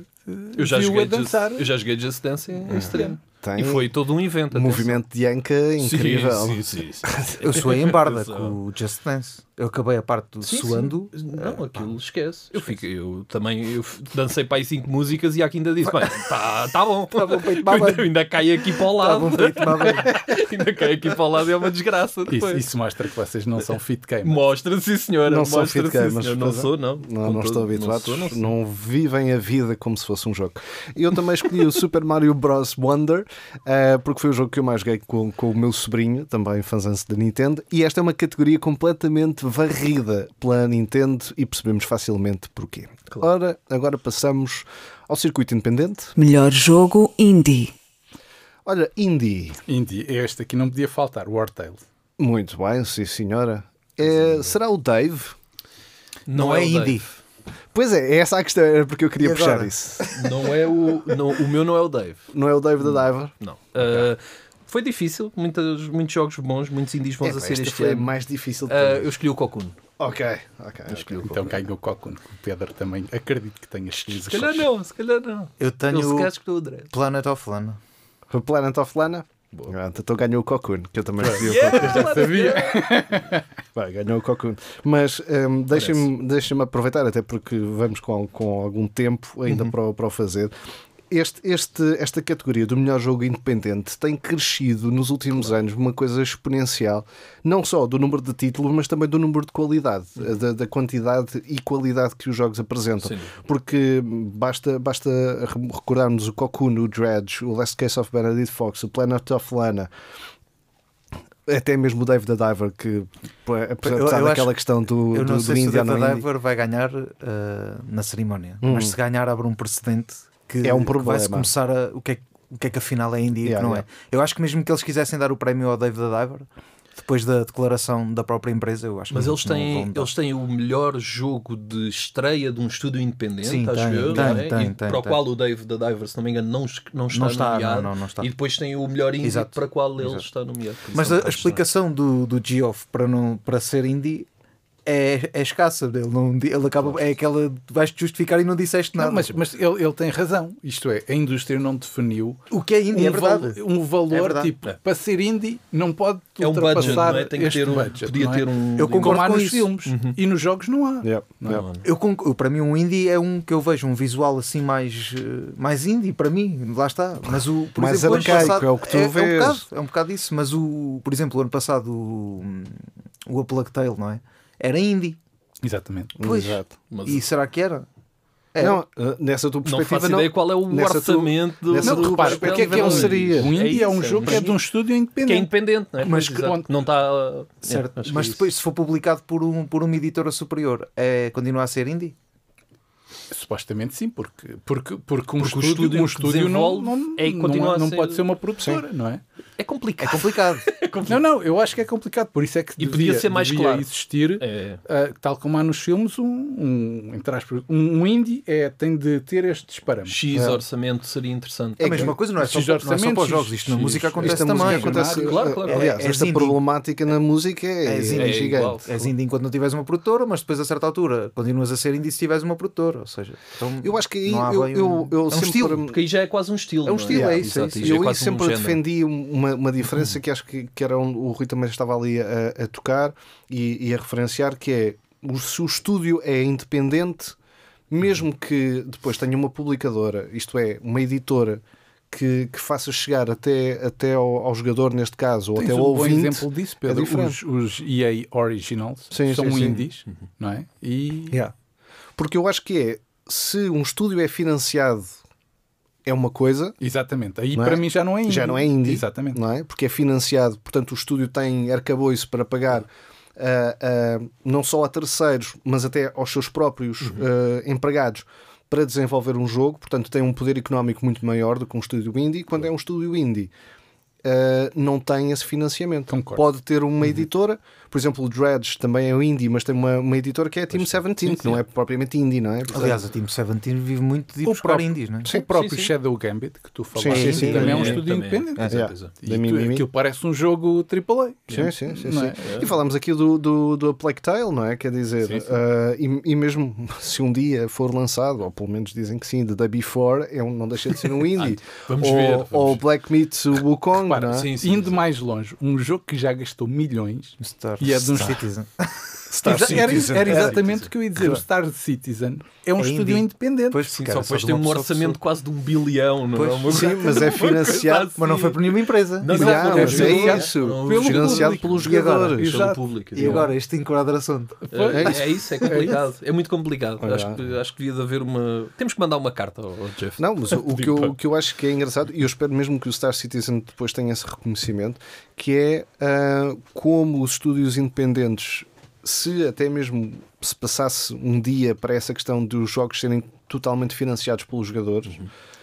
[SPEAKER 3] Eu já,
[SPEAKER 4] viu a
[SPEAKER 3] joguei just,
[SPEAKER 4] dançar. Uhum.
[SPEAKER 3] eu já joguei Just Dance em extremo.
[SPEAKER 2] Tem
[SPEAKER 3] E foi todo um evento.
[SPEAKER 2] um
[SPEAKER 3] atenção.
[SPEAKER 2] movimento de Anca
[SPEAKER 3] Sim,
[SPEAKER 2] incrível.
[SPEAKER 3] Sim, sim, sim.
[SPEAKER 5] Eu suei em barda com o Just Dance. Eu acabei a parte do
[SPEAKER 3] Sim, sim.
[SPEAKER 5] suando.
[SPEAKER 3] Não, aquilo É, esquece. Eu, fico, eu também eu f- dancei para aí cinco músicas e há quem ainda disse: bem, tá, tá bom.
[SPEAKER 5] Tá bom, peito
[SPEAKER 3] Eu ainda,
[SPEAKER 5] babado.
[SPEAKER 3] eu ainda cai aqui para o
[SPEAKER 2] Tá
[SPEAKER 5] Estava um
[SPEAKER 3] lado.
[SPEAKER 5] peito má bem.
[SPEAKER 3] ainda cai aqui para o lado e é uma desgraça.
[SPEAKER 4] Isso,
[SPEAKER 3] Depois.
[SPEAKER 4] isso mostra que vocês não são fit
[SPEAKER 3] é,
[SPEAKER 4] game.
[SPEAKER 3] Mostra, sim, senhora.
[SPEAKER 2] Não sou
[SPEAKER 3] mostra,
[SPEAKER 2] fit
[SPEAKER 3] sim,
[SPEAKER 2] gamer,
[SPEAKER 3] senhora.
[SPEAKER 2] mas
[SPEAKER 3] Não
[SPEAKER 2] pois é.
[SPEAKER 3] sou, não.
[SPEAKER 2] Não,
[SPEAKER 3] Com
[SPEAKER 2] não
[SPEAKER 3] todo-
[SPEAKER 2] estão habituados,
[SPEAKER 3] sou,
[SPEAKER 2] não,
[SPEAKER 3] não sou.
[SPEAKER 2] vivem a vida como se fosse um jogo. Eu também escolhi o Super Mario Bros. Wonder, eh, porque foi o jogo que eu mais joguei com, com o meu sobrinho, também fazança da Nintendo, e esta é uma categoria completamente varrida pela Nintendo e percebemos facilmente porquê. Ora, agora passamos ao circuito independente.
[SPEAKER 1] Melhor jogo indie.
[SPEAKER 2] Olha, Indie.
[SPEAKER 4] Indie, é este aqui não podia faltar, War Tales.
[SPEAKER 2] Muito bem, sim senhora. É, será o Dave?
[SPEAKER 5] Não é
[SPEAKER 3] o Dave.
[SPEAKER 5] indie.
[SPEAKER 2] Pois é, é essa a questão, era porque eu queria
[SPEAKER 5] E
[SPEAKER 2] puxar
[SPEAKER 5] agora?
[SPEAKER 2] isso.
[SPEAKER 3] Não é o, não, o meu não é o Dave.
[SPEAKER 2] Não é o Dave da Diver?
[SPEAKER 3] Não. Uh, foi difícil, muitas, muitos jogos bons, muitos indies bons a
[SPEAKER 2] Epá,
[SPEAKER 3] ser
[SPEAKER 2] este
[SPEAKER 3] é, este
[SPEAKER 2] É, foi
[SPEAKER 3] ano.
[SPEAKER 2] mais difícil de
[SPEAKER 3] Uh,
[SPEAKER 2] todos.
[SPEAKER 3] eu escolhi o Cocoon.
[SPEAKER 2] Ok, ok.
[SPEAKER 3] Eu escolhi o
[SPEAKER 4] Então
[SPEAKER 3] Cocoon.
[SPEAKER 4] ganhou o Cocoon. O Pedro também acredito que tenha escolhido.
[SPEAKER 3] Se calhar não, se calhar não.
[SPEAKER 5] Eu tenho
[SPEAKER 3] Ele se
[SPEAKER 5] o
[SPEAKER 3] calhar escolheu o Dre.
[SPEAKER 5] Planet of Lana.
[SPEAKER 2] O Planet of Lana? Ah, Então ganhou o Cocoon, que eu também escolhi o
[SPEAKER 4] Já sabia.
[SPEAKER 2] Vai, ganhou o Cocoon. Mas hum, deixem-me deixem-me aproveitar, até porque vamos com, com algum tempo ainda para, o- para o fazer. Este, este- esta categoria do melhor jogo independente tem crescido nos últimos anos uma coisa exponencial, não só do número de títulos, mas também do número de qualidade, da, da quantidade e qualidade que os jogos apresentam.
[SPEAKER 3] Sim.
[SPEAKER 2] Porque basta, basta re- recordarmos o Cocoon, o Dredge, o Last Case of Benedict Fox, o Planet of Lana, até mesmo o Dave the Diver, que pô, apesar
[SPEAKER 5] Eu- eu
[SPEAKER 2] apesar
[SPEAKER 5] acho-
[SPEAKER 2] daquela questão do,
[SPEAKER 5] Eu
[SPEAKER 2] do,
[SPEAKER 5] não
[SPEAKER 2] do é?
[SPEAKER 5] sei se o
[SPEAKER 2] Indiana
[SPEAKER 5] Data
[SPEAKER 2] Indy,
[SPEAKER 5] Diver vai ganhar eh, na cerimónia, mas se ganhar abre um precedente que
[SPEAKER 2] Hum. É um
[SPEAKER 5] que
[SPEAKER 2] problema.
[SPEAKER 5] vai-se começar a, o, que é, o que é que afinal é indie e o que
[SPEAKER 2] Yeah,
[SPEAKER 5] não
[SPEAKER 2] yeah.
[SPEAKER 5] é. Eu acho que mesmo que eles quisessem dar o prémio ao Dave da Diver, depois da declaração da própria empresa, eu acho
[SPEAKER 3] Mas
[SPEAKER 5] que
[SPEAKER 3] eles
[SPEAKER 5] não- não
[SPEAKER 3] têm,
[SPEAKER 5] vão dar.
[SPEAKER 3] eles têm o melhor jogo de estreia de um estúdio independente,
[SPEAKER 5] Sim,
[SPEAKER 3] acho
[SPEAKER 5] tem,
[SPEAKER 3] eu,
[SPEAKER 5] tem,
[SPEAKER 3] não é?
[SPEAKER 5] tem,
[SPEAKER 3] e
[SPEAKER 5] tem,
[SPEAKER 3] para o
[SPEAKER 5] tem.
[SPEAKER 3] qual o Dave da Diver, se não me engano, não, es- não está
[SPEAKER 5] não está,
[SPEAKER 3] nomeado.
[SPEAKER 5] não, não, não está.
[SPEAKER 3] E depois tem o melhor indie
[SPEAKER 5] Exato,
[SPEAKER 3] para o qual ele
[SPEAKER 5] exato.
[SPEAKER 3] está nomeado. Por isso
[SPEAKER 5] Mas eh,
[SPEAKER 3] é um
[SPEAKER 5] a,
[SPEAKER 3] bocado
[SPEAKER 5] a
[SPEAKER 3] estranho.
[SPEAKER 5] explicação do, do Geoff para, não, para ser indie é, é escassa. Ele, não, ele acaba, é aquela de vais-te justificar e não disseste nada.
[SPEAKER 4] Não, mas mas ele, ele tem razão. Isto é, a indústria não definiu
[SPEAKER 5] o que é indie é
[SPEAKER 4] um, val-
[SPEAKER 5] verdade.
[SPEAKER 4] um
[SPEAKER 5] É
[SPEAKER 4] valor
[SPEAKER 5] verdade.
[SPEAKER 4] tipo para ser indie não pode
[SPEAKER 3] é um budget,
[SPEAKER 4] ultrapassar
[SPEAKER 3] não é? Tem que
[SPEAKER 4] este
[SPEAKER 3] ter um,
[SPEAKER 4] budget,
[SPEAKER 3] podia
[SPEAKER 4] não é?
[SPEAKER 3] ter um.
[SPEAKER 5] Eu concordo
[SPEAKER 4] como há
[SPEAKER 5] com
[SPEAKER 4] nos
[SPEAKER 5] isso.
[SPEAKER 4] filmes e nos jogos não há.
[SPEAKER 2] Yeah,
[SPEAKER 3] Não,
[SPEAKER 2] yeah.
[SPEAKER 3] não.
[SPEAKER 5] Eu, conc- para mim, um indie é um que eu vejo um visual assim mais, eh, mais indie, para mim, lá está. Mas o, por
[SPEAKER 2] Mais
[SPEAKER 5] exemplo, o ano
[SPEAKER 2] arcaico,
[SPEAKER 5] passado-
[SPEAKER 2] é o que tu
[SPEAKER 5] é, É
[SPEAKER 2] vês.
[SPEAKER 5] um, bocado, é um bocado isso, mas o, por exemplo, o ano passado o, o A Plague Tale, não é? Era indie.
[SPEAKER 4] Exatamente.
[SPEAKER 5] Pois. é.
[SPEAKER 2] Exato.
[SPEAKER 3] Mas
[SPEAKER 5] E será que era? Era.
[SPEAKER 2] Não, eh, nessa tua
[SPEAKER 3] não
[SPEAKER 2] perspectiva,
[SPEAKER 3] faço
[SPEAKER 2] não.
[SPEAKER 3] ideia qual é o
[SPEAKER 2] nessa tua-
[SPEAKER 3] orçamento do.
[SPEAKER 2] nessa
[SPEAKER 3] do
[SPEAKER 2] tua
[SPEAKER 3] papel.
[SPEAKER 2] perspectiva, Porque é que é um
[SPEAKER 3] Não,
[SPEAKER 2] seria?
[SPEAKER 4] O indie
[SPEAKER 3] isso,
[SPEAKER 4] é, um jogo que é de um estúdio
[SPEAKER 3] que é
[SPEAKER 4] independente.
[SPEAKER 3] independente, não é?
[SPEAKER 4] Mas
[SPEAKER 3] Pois,
[SPEAKER 4] que-
[SPEAKER 3] exato. não está.
[SPEAKER 5] certo.
[SPEAKER 3] É, acho que
[SPEAKER 5] mas
[SPEAKER 3] é isso.
[SPEAKER 5] depois, se for publicado por, um, por uma editora superior, é, continua a ser indie?
[SPEAKER 4] Supostamente sim, porque, porque, porque um
[SPEAKER 3] Porque o
[SPEAKER 4] estúdio,
[SPEAKER 3] estúdio
[SPEAKER 4] um
[SPEAKER 3] que
[SPEAKER 4] estúdio não,
[SPEAKER 3] desenvolve
[SPEAKER 4] não,
[SPEAKER 3] é e continua
[SPEAKER 4] não,
[SPEAKER 3] a
[SPEAKER 4] não
[SPEAKER 3] ser-
[SPEAKER 4] pode ser uma produtora, não é?
[SPEAKER 3] É
[SPEAKER 5] É
[SPEAKER 3] complicado.
[SPEAKER 5] complicado.
[SPEAKER 4] Não, não, eu acho que é complicado, por isso é que
[SPEAKER 3] E
[SPEAKER 4] devia,
[SPEAKER 3] podia ser mais
[SPEAKER 4] devia
[SPEAKER 3] claro.
[SPEAKER 4] existir,
[SPEAKER 3] É.
[SPEAKER 4] ah, tal como há nos filmes, um, um, entre aspas, um, um indie é, tem de ter estes parâmetros.
[SPEAKER 3] X orçamento seria interessante.
[SPEAKER 5] É a mesma coisa, não é só,
[SPEAKER 4] Estes
[SPEAKER 5] não é só para os
[SPEAKER 4] orçamentos,
[SPEAKER 5] jogos. Isto na
[SPEAKER 4] estes-
[SPEAKER 5] música acontece
[SPEAKER 2] Esta
[SPEAKER 5] também.
[SPEAKER 2] música acontece. eh,
[SPEAKER 3] Claro, claro.
[SPEAKER 2] Aliás,
[SPEAKER 5] É- é
[SPEAKER 2] esta
[SPEAKER 5] indie.
[SPEAKER 2] problemática na música é, é
[SPEAKER 5] É indie.
[SPEAKER 2] gigante.
[SPEAKER 3] igual.
[SPEAKER 5] És indie enquanto não tiveres uma produtora, mas depois a certa altura continuas a ser indie se tiveres uma produtora. Ou seja, então
[SPEAKER 2] Eu acho que aí
[SPEAKER 5] não há
[SPEAKER 2] eu,
[SPEAKER 5] bem um-
[SPEAKER 2] eu, eu
[SPEAKER 5] é um
[SPEAKER 2] sempre.
[SPEAKER 5] estilo,
[SPEAKER 3] Porque aí já é quase um estilo.
[SPEAKER 5] É um
[SPEAKER 3] não
[SPEAKER 5] estilo, é isso, é
[SPEAKER 3] Exato,
[SPEAKER 5] isso.
[SPEAKER 3] já
[SPEAKER 2] eu aí
[SPEAKER 3] quase um
[SPEAKER 2] sempre
[SPEAKER 3] género.
[SPEAKER 2] defendi um, uma,
[SPEAKER 4] Uhum.
[SPEAKER 2] uma diferença que acho que, que era onde o Rui também estava ali a, a tocar e, e a referenciar, que é o, se o estúdio é independente,
[SPEAKER 4] Uhum.
[SPEAKER 2] mesmo que depois tenha uma publicadora, isto é, uma editora, que, que faça chegar até, até ao, ao jogador, neste caso, ou
[SPEAKER 4] Tens
[SPEAKER 2] até ao
[SPEAKER 4] um bom
[SPEAKER 2] ouvinte. é
[SPEAKER 4] exemplo disso, Pedro. os,
[SPEAKER 2] diferente.
[SPEAKER 4] os EA Originals
[SPEAKER 2] Sim,
[SPEAKER 4] são
[SPEAKER 2] sim, sim.
[SPEAKER 4] indies,
[SPEAKER 3] Uhum.
[SPEAKER 4] não é? E
[SPEAKER 2] Porque eu acho que é, se um estúdio é financiado, é uma coisa,
[SPEAKER 4] Exatamente. Aí
[SPEAKER 2] Não é?
[SPEAKER 4] para mim já não é indie.
[SPEAKER 2] já não é indie,
[SPEAKER 4] Exatamente.
[SPEAKER 2] não é? Porque é financiado, portanto o estúdio tem arcabouço para pagar ah, ah, não só a terceiros, mas até aos seus próprios
[SPEAKER 4] Uhum.
[SPEAKER 2] ah, empregados para desenvolver um jogo, portanto tem um poder económico muito maior do que um estúdio indie. Quando é um estúdio indie, ah, não tem esse financiamento.
[SPEAKER 4] Concordo. Uhum.
[SPEAKER 2] Pode ter uma editora, por exemplo, o Dredge também é um indie, mas tem uma, uma editora que é a Team 17, que não é propriamente indie, não é? Portanto,
[SPEAKER 5] Aliás, o Team 17 vive muito de ir
[SPEAKER 4] O
[SPEAKER 5] buscar
[SPEAKER 4] próprio-
[SPEAKER 5] indies, não é?
[SPEAKER 4] O próprio
[SPEAKER 3] Sim, sim.
[SPEAKER 4] Shadow Gambit, que tu falaste,
[SPEAKER 2] Sim, sim, sim.
[SPEAKER 4] também é
[SPEAKER 3] Também
[SPEAKER 4] um
[SPEAKER 3] é,
[SPEAKER 4] estúdio
[SPEAKER 3] também é.
[SPEAKER 4] independente.
[SPEAKER 2] Yeah.
[SPEAKER 3] exato.
[SPEAKER 4] E
[SPEAKER 2] Da
[SPEAKER 4] tu-
[SPEAKER 2] Mimimi.
[SPEAKER 4] aquilo parece um jogo AAA.
[SPEAKER 2] Sim, sim, sim.
[SPEAKER 4] Não
[SPEAKER 2] sim.
[SPEAKER 4] é?
[SPEAKER 2] E falámos aqui do, do, do A Plague Tale, não é? Quer dizer,
[SPEAKER 4] Sim, sim.
[SPEAKER 2] ah, e, e mesmo se um dia for lançado, ou pelo menos dizem que sim, The Day Before, é um, não deixa de ser um indie.
[SPEAKER 6] Vamos
[SPEAKER 2] ou,
[SPEAKER 6] ver, vamos
[SPEAKER 2] ou
[SPEAKER 6] ver.
[SPEAKER 2] Black Meets o Wukong,
[SPEAKER 4] Repara,
[SPEAKER 2] não é?
[SPEAKER 6] sim,
[SPEAKER 4] Indo mais longe, um jogo que já gastou milhões.
[SPEAKER 5] Star
[SPEAKER 4] E é de um-
[SPEAKER 5] Citizen.
[SPEAKER 2] Star
[SPEAKER 4] Exa- era,
[SPEAKER 2] Citizen. É.
[SPEAKER 4] era
[SPEAKER 2] Era.
[SPEAKER 4] exatamente o que eu ia dizer. O Star Citizen é um
[SPEAKER 5] É
[SPEAKER 4] estúdio
[SPEAKER 5] indie.
[SPEAKER 4] independente.
[SPEAKER 5] Pois,
[SPEAKER 6] Sim,
[SPEAKER 5] cara,
[SPEAKER 6] só depois
[SPEAKER 5] de
[SPEAKER 6] tem
[SPEAKER 5] uma
[SPEAKER 6] um
[SPEAKER 5] pessoa
[SPEAKER 6] orçamento quase de um bilhão, não é?
[SPEAKER 5] Pois,
[SPEAKER 6] Uma
[SPEAKER 2] Sim,
[SPEAKER 3] assim.
[SPEAKER 2] mas é financiado.
[SPEAKER 5] Mas não foi por nenhuma empresa.
[SPEAKER 2] Não, mas
[SPEAKER 4] Exato, deve
[SPEAKER 2] é
[SPEAKER 4] ser
[SPEAKER 2] isso.
[SPEAKER 4] pelo
[SPEAKER 2] financiado
[SPEAKER 4] público.
[SPEAKER 2] pelos
[SPEAKER 5] E agora?
[SPEAKER 2] jogadores.
[SPEAKER 4] Exato.
[SPEAKER 3] Exato. público.
[SPEAKER 5] E agora, este encurador assunto.
[SPEAKER 3] É, é isso, é complicado. É muito complicado.
[SPEAKER 2] Olha.
[SPEAKER 3] Acho que, acho que devia de haver uma. Temos que mandar uma carta ao ao Jeff. Tipo,
[SPEAKER 2] Não, mas o, o que eu, o que eu acho que é engraçado, e eu espero mesmo que o Star Citizen depois tenha esse reconhecimento, que é ah, como os estúdios independentes, se até mesmo se passasse um dia para essa questão dos jogos serem totalmente financiados pelos jogadores,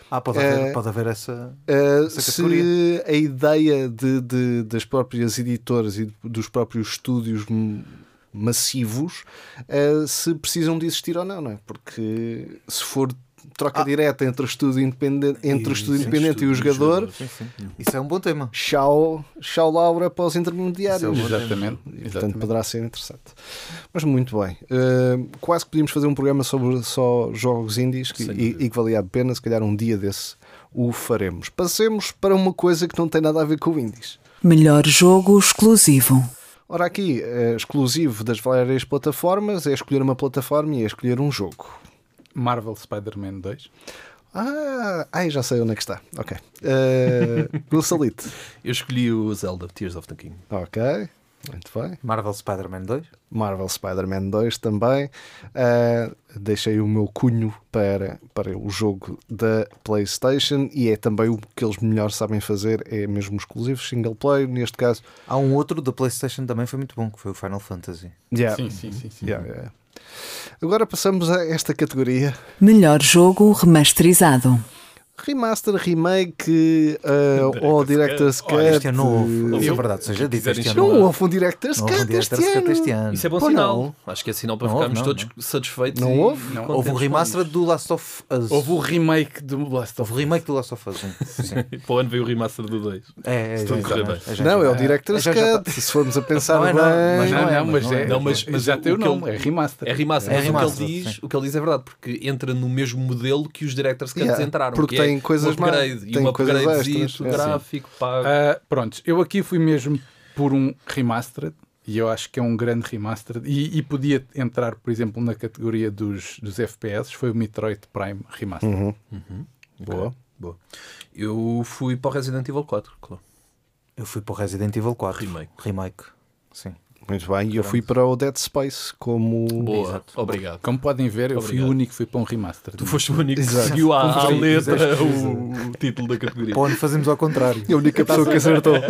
[SPEAKER 5] Ah, pode haver, pode haver essa.
[SPEAKER 2] Uh,
[SPEAKER 5] essa
[SPEAKER 2] se a ideia de, de- das próprias editoras e dos próprios estúdios m- massivos uh, se precisam de existir ou não, não é? Porque se for troca direta entre o estúdio independente, Ah. entre o estúdio independente e o jogador,
[SPEAKER 5] Isso é um bom tema.
[SPEAKER 2] tchau, tchau Laura para os
[SPEAKER 5] Isso é
[SPEAKER 2] intermediários.
[SPEAKER 5] bom.
[SPEAKER 4] Exatamente.
[SPEAKER 2] E, portanto,
[SPEAKER 4] exatamente.
[SPEAKER 2] poderá ser interessante. Mas muito bem. Uh, quase que podíamos fazer um programa sobre só jogos indies que,
[SPEAKER 3] Sem
[SPEAKER 2] e,
[SPEAKER 3] dúvida.
[SPEAKER 2] e que valia a pena. Se calhar um dia desse o faremos. Passemos para uma coisa que não tem nada a ver com indies.
[SPEAKER 1] Melhor jogo exclusivo.
[SPEAKER 2] Ora, aqui, é exclusivo das várias plataformas, é escolher uma plataforma e é escolher um jogo.
[SPEAKER 4] Marvel Spider-Man 2.
[SPEAKER 2] Ah, ai, já sei onde é que está. Ok. Uh, Gonçalito.
[SPEAKER 3] Eu escolhi o Zelda Tears of the King.
[SPEAKER 5] Hum.
[SPEAKER 2] Ok. Muito bem.
[SPEAKER 5] Marvel Spider-Man 2.
[SPEAKER 2] Marvel Spider-Man 2 também. Uh, deixei o meu cunho para, para o jogo da PlayStation e é também o que eles melhor sabem fazer, é mesmo exclusivo, single player. Neste caso,
[SPEAKER 5] Há um outro da PlayStation também foi muito bom, que foi o Final Fantasy.
[SPEAKER 2] yeah,
[SPEAKER 4] Sim, sim, sim. sim.
[SPEAKER 2] yeah, yeah. Agora passamos a esta categoria
[SPEAKER 1] Melhor jogo remasterizado.
[SPEAKER 2] Remaster, remake uh, ou Director's Cut.
[SPEAKER 5] Olha, este ano não houve.
[SPEAKER 2] Não
[SPEAKER 5] É verdade, seja dito,
[SPEAKER 3] quiserem
[SPEAKER 5] este ano
[SPEAKER 3] chamar-
[SPEAKER 5] não houve.
[SPEAKER 2] houve um Director's
[SPEAKER 5] Não houve um
[SPEAKER 2] Cut este
[SPEAKER 5] Director's Cut este
[SPEAKER 2] ano.
[SPEAKER 5] ano.
[SPEAKER 3] Isso é bom
[SPEAKER 2] Pois
[SPEAKER 3] sinal.
[SPEAKER 2] não.
[SPEAKER 3] Acho que é sinal para
[SPEAKER 5] Não
[SPEAKER 3] ficarmos
[SPEAKER 5] houve, não,
[SPEAKER 3] todos satisfeitos.
[SPEAKER 2] Não
[SPEAKER 3] e-
[SPEAKER 2] houve?
[SPEAKER 3] e
[SPEAKER 4] Não.
[SPEAKER 3] contentes
[SPEAKER 5] Houve um
[SPEAKER 3] com
[SPEAKER 5] remaster
[SPEAKER 3] isso.
[SPEAKER 5] do Last of Us.
[SPEAKER 4] Houve
[SPEAKER 3] um
[SPEAKER 4] o remake do Last
[SPEAKER 5] Houve
[SPEAKER 4] of
[SPEAKER 5] o remake do Last of Us. um. Sim.
[SPEAKER 6] Para o ano veio o remaster do 2.
[SPEAKER 5] É, é,
[SPEAKER 6] Estou a correr bem.
[SPEAKER 5] é, é,
[SPEAKER 2] Não, é o Director's
[SPEAKER 5] já- já tá.
[SPEAKER 2] Cut. Se formos a pensar
[SPEAKER 5] Não é,
[SPEAKER 2] bem.
[SPEAKER 5] não, mas
[SPEAKER 4] Não, não,
[SPEAKER 5] é,
[SPEAKER 4] mas, é,
[SPEAKER 3] Não, mas- mas
[SPEAKER 4] já
[SPEAKER 3] o-
[SPEAKER 4] tem o
[SPEAKER 3] o que ele-
[SPEAKER 4] nome, é remaster.
[SPEAKER 3] É remaster.
[SPEAKER 5] É
[SPEAKER 3] mas
[SPEAKER 5] remaster,
[SPEAKER 3] o, que ele diz,
[SPEAKER 5] sim.
[SPEAKER 3] o que ele diz é verdade, porque entra no mesmo modelo que os Director's Cuts
[SPEAKER 2] Yeah,
[SPEAKER 3] entraram.
[SPEAKER 2] porque
[SPEAKER 3] que é
[SPEAKER 2] tem coisas
[SPEAKER 3] um upgrade,
[SPEAKER 2] mais-
[SPEAKER 3] e
[SPEAKER 2] tem
[SPEAKER 3] um
[SPEAKER 2] coisas
[SPEAKER 3] upgradezinho
[SPEAKER 2] extras, é.
[SPEAKER 3] gráfico, pago.
[SPEAKER 4] Ah, prontos, eu aqui fui mesmo por um remastered e eu acho que é um grande remastered e, e podia entrar, por exemplo, na categoria dos, dos FPS, foi o Metroid Prime Remastered.
[SPEAKER 2] Boa.
[SPEAKER 3] Boa. Eu fui para o Resident Evil 4, claro.
[SPEAKER 5] Eu fui para o Resident Evil 4.
[SPEAKER 3] Remake.
[SPEAKER 5] Remake. Sim.
[SPEAKER 2] Muito bem, e eu fui para o Dead Space como.
[SPEAKER 3] Boa,
[SPEAKER 5] Exato.
[SPEAKER 3] obrigado.
[SPEAKER 4] Como podem ver, eu fui
[SPEAKER 3] Obrigado.
[SPEAKER 4] o único que fui para um remastered.
[SPEAKER 3] Tu foste o único que
[SPEAKER 2] Exato.
[SPEAKER 3] seguiu à, à
[SPEAKER 5] Sim,
[SPEAKER 3] letra
[SPEAKER 5] fizeste-
[SPEAKER 3] o, o título da categoria.
[SPEAKER 5] Para onde fazemos ao contrário.
[SPEAKER 2] A única pessoa que acertou.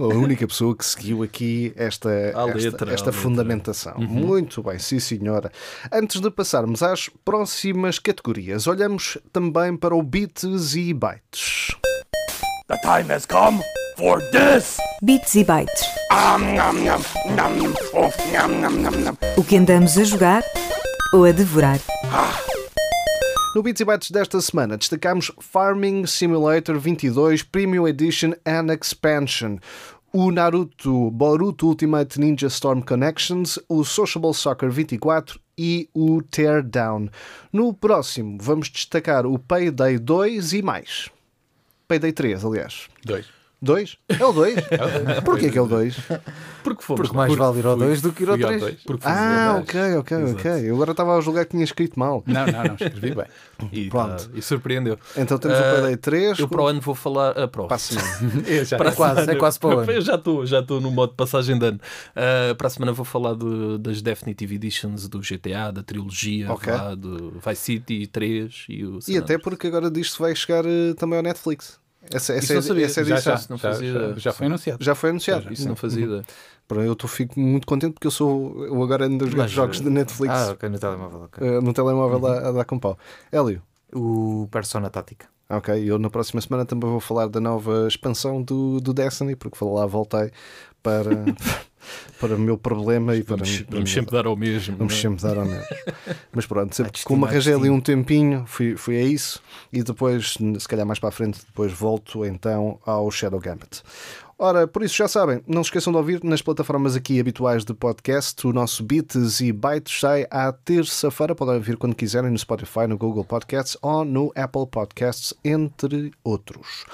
[SPEAKER 2] A única pessoa que seguiu aqui esta,
[SPEAKER 3] À
[SPEAKER 2] esta,
[SPEAKER 3] letra,
[SPEAKER 2] esta
[SPEAKER 3] à letra. Uhum.
[SPEAKER 2] fundamentação. Muito bem, sim senhora. Antes de passarmos às próximas categorias, olhamos também para o bits e bytes.
[SPEAKER 7] The time has come for this!
[SPEAKER 1] Bits e bytes.
[SPEAKER 7] Am, nom, nom, nom, nom, oof, nom, nom, nom, nom.
[SPEAKER 1] O que andamos a jogar ou a devorar.
[SPEAKER 2] No Bits e Bytes desta semana destacamos Farming Simulator 22 Premium Edition and Expansion, o Naruto Boruto Ultimate Ninja Storm Connections, o Sociable Soccer 24 e o Teardown. No próximo vamos destacar o Payday 2 e mais. Payday 3, aliás.
[SPEAKER 4] Dois.
[SPEAKER 2] 2? É o 2? Porquê que é o 2?
[SPEAKER 3] Porque fomos.
[SPEAKER 5] Porque mais vale ir ao 2 do que ir ao
[SPEAKER 4] Fui ao
[SPEAKER 5] 3.
[SPEAKER 4] dois. Porque fui
[SPEAKER 2] Ah,
[SPEAKER 4] ao dois.
[SPEAKER 2] ok,
[SPEAKER 3] é.
[SPEAKER 2] ok, ok. Eu agora estava a julgar que tinha escrito mal.
[SPEAKER 4] Não, não, não, escrevi bem.
[SPEAKER 3] E,
[SPEAKER 2] Pronto.
[SPEAKER 3] tá, e surpreendeu.
[SPEAKER 2] Então temos o
[SPEAKER 3] Ah,
[SPEAKER 2] Payday 3.
[SPEAKER 3] Eu para o ano vou falar. ah, para o-
[SPEAKER 2] Para a semana.
[SPEAKER 4] Eu já-
[SPEAKER 3] Para a
[SPEAKER 5] quase,
[SPEAKER 3] semana-
[SPEAKER 5] é quase para o ano.
[SPEAKER 3] Eu já estou, já estou no modo passagem de ano. Ah, para a semana vou falar do- das Definitive Editions do GTA, da trilogia,
[SPEAKER 2] Ok.
[SPEAKER 3] vá, do Vice City 3 e o.
[SPEAKER 2] E até porque agora disto vai chegar eh, também ao Netflix. Essa, essa,
[SPEAKER 3] Isso não
[SPEAKER 2] edi-
[SPEAKER 3] sabia.
[SPEAKER 2] essa é
[SPEAKER 4] já,
[SPEAKER 2] edição
[SPEAKER 4] já,
[SPEAKER 2] já,
[SPEAKER 3] não
[SPEAKER 4] já,
[SPEAKER 3] fazia-
[SPEAKER 4] já- já foi anunciado.
[SPEAKER 2] foi anunciada.
[SPEAKER 3] Isso não fazia
[SPEAKER 5] Uhum.
[SPEAKER 3] ideia.
[SPEAKER 2] Pronto, Eu tô, fico muito contente porque eu sou eu agora ando a jogar
[SPEAKER 5] Mas,
[SPEAKER 2] jogos
[SPEAKER 5] eh,
[SPEAKER 2] da Netflix
[SPEAKER 5] Ah, ok, no telemóvel. ok.
[SPEAKER 2] eh, no telemóvel a, a dar com pau. Hélio,
[SPEAKER 5] O Persona Tática.
[SPEAKER 2] ok, eu na próxima semana também vou falar da nova expansão do, do Destiny, porque lá voltei para, para o meu problema e para.
[SPEAKER 3] Vamos,
[SPEAKER 2] para-
[SPEAKER 3] vamos sempre dar ao mesmo.
[SPEAKER 2] Vamos
[SPEAKER 3] não é?
[SPEAKER 2] sempre dar ao menos. Mas pronto, sempre
[SPEAKER 5] Vai-te
[SPEAKER 2] como
[SPEAKER 5] estimar,
[SPEAKER 2] arranjei ali
[SPEAKER 5] estima.
[SPEAKER 2] um tempinho, fui, fui a isso e depois, se calhar mais para a frente, depois volto então ao Shadow Gambit. Ora, por isso já sabem, não se esqueçam de ouvir nas plataformas aqui habituais de podcast o nosso Beats e Bytes sai à terça-feira, podem ouvir quando quiserem no Spotify, no Google Podcasts ou no Apple Podcasts, entre outros.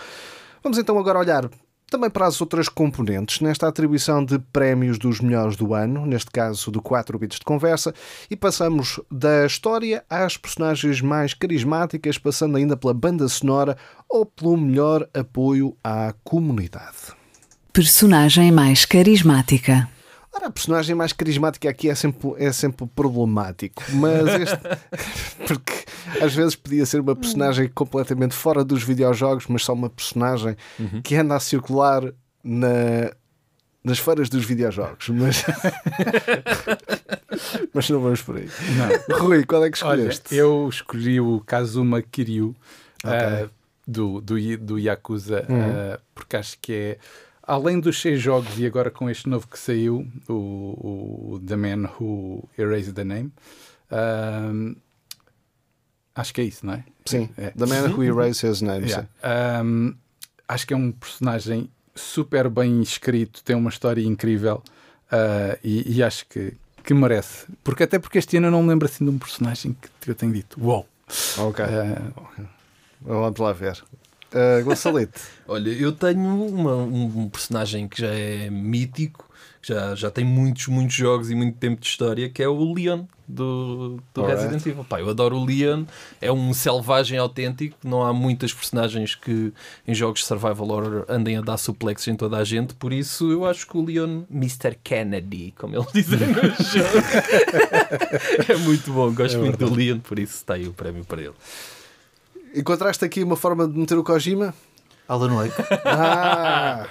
[SPEAKER 2] Vamos então agora olhar também para as outras componentes, nesta atribuição de prémios dos melhores do ano, neste caso do 4 bits de conversa, e passamos da história às personagens mais carismáticas, passando ainda pela banda sonora ou pelo melhor apoio à comunidade.
[SPEAKER 1] Personagem mais carismática.
[SPEAKER 2] Ora, a personagem mais carismática aqui é sempre, é sempre problemático, mas este. porque às vezes podia ser uma personagem completamente fora dos videojogos, mas só uma personagem
[SPEAKER 4] Uhum.
[SPEAKER 2] que anda a circular na- nas feiras dos videojogos. Mas mas não vamos por aí.
[SPEAKER 4] Não.
[SPEAKER 2] Rui, qual é que
[SPEAKER 4] Olha,
[SPEAKER 2] escolheste?
[SPEAKER 4] eu escolhi o Kazuma Kiryu ah, do, do, Yi- do Yakuza,
[SPEAKER 2] Uhum.
[SPEAKER 4] ah, porque acho que é, além dos seis jogos e agora com este novo que saiu, o, o The Man Who Erased the Name, ah, acho que é isso, não é?
[SPEAKER 2] Sim,
[SPEAKER 4] É.
[SPEAKER 2] The Man Who Erased His Name.
[SPEAKER 4] Yeah. Um, acho que é um personagem super bem escrito, tem uma história incrível uh, e, e acho que, que merece. Porque até porque este ano eu não me lembro assim de um personagem que, que eu tenho dito. Uou!
[SPEAKER 2] sim. Ok,
[SPEAKER 4] Uh,
[SPEAKER 2] vamos lá ver. Uh, Gonçalete,
[SPEAKER 3] Olha, eu tenho uma- um, um personagem que já é mítico, que já, já tem muitos, muitos jogos e muito tempo de história, que é o Leon do, do
[SPEAKER 2] Alright.
[SPEAKER 3] Resident Evil. Pá, eu adoro o Leon, é um selvagem autêntico, não há muitas personagens que em jogos de survival horror andem a dar suplexes em toda a gente, por isso eu acho que o Leon, Mr. Kennedy, como eles dizem no jogo, é muito bom, gosto muito do Leon, por isso está aí o prémio para ele.
[SPEAKER 2] encontraste aqui uma forma de meter o Kojima?
[SPEAKER 5] Alan Wake.
[SPEAKER 2] Ah,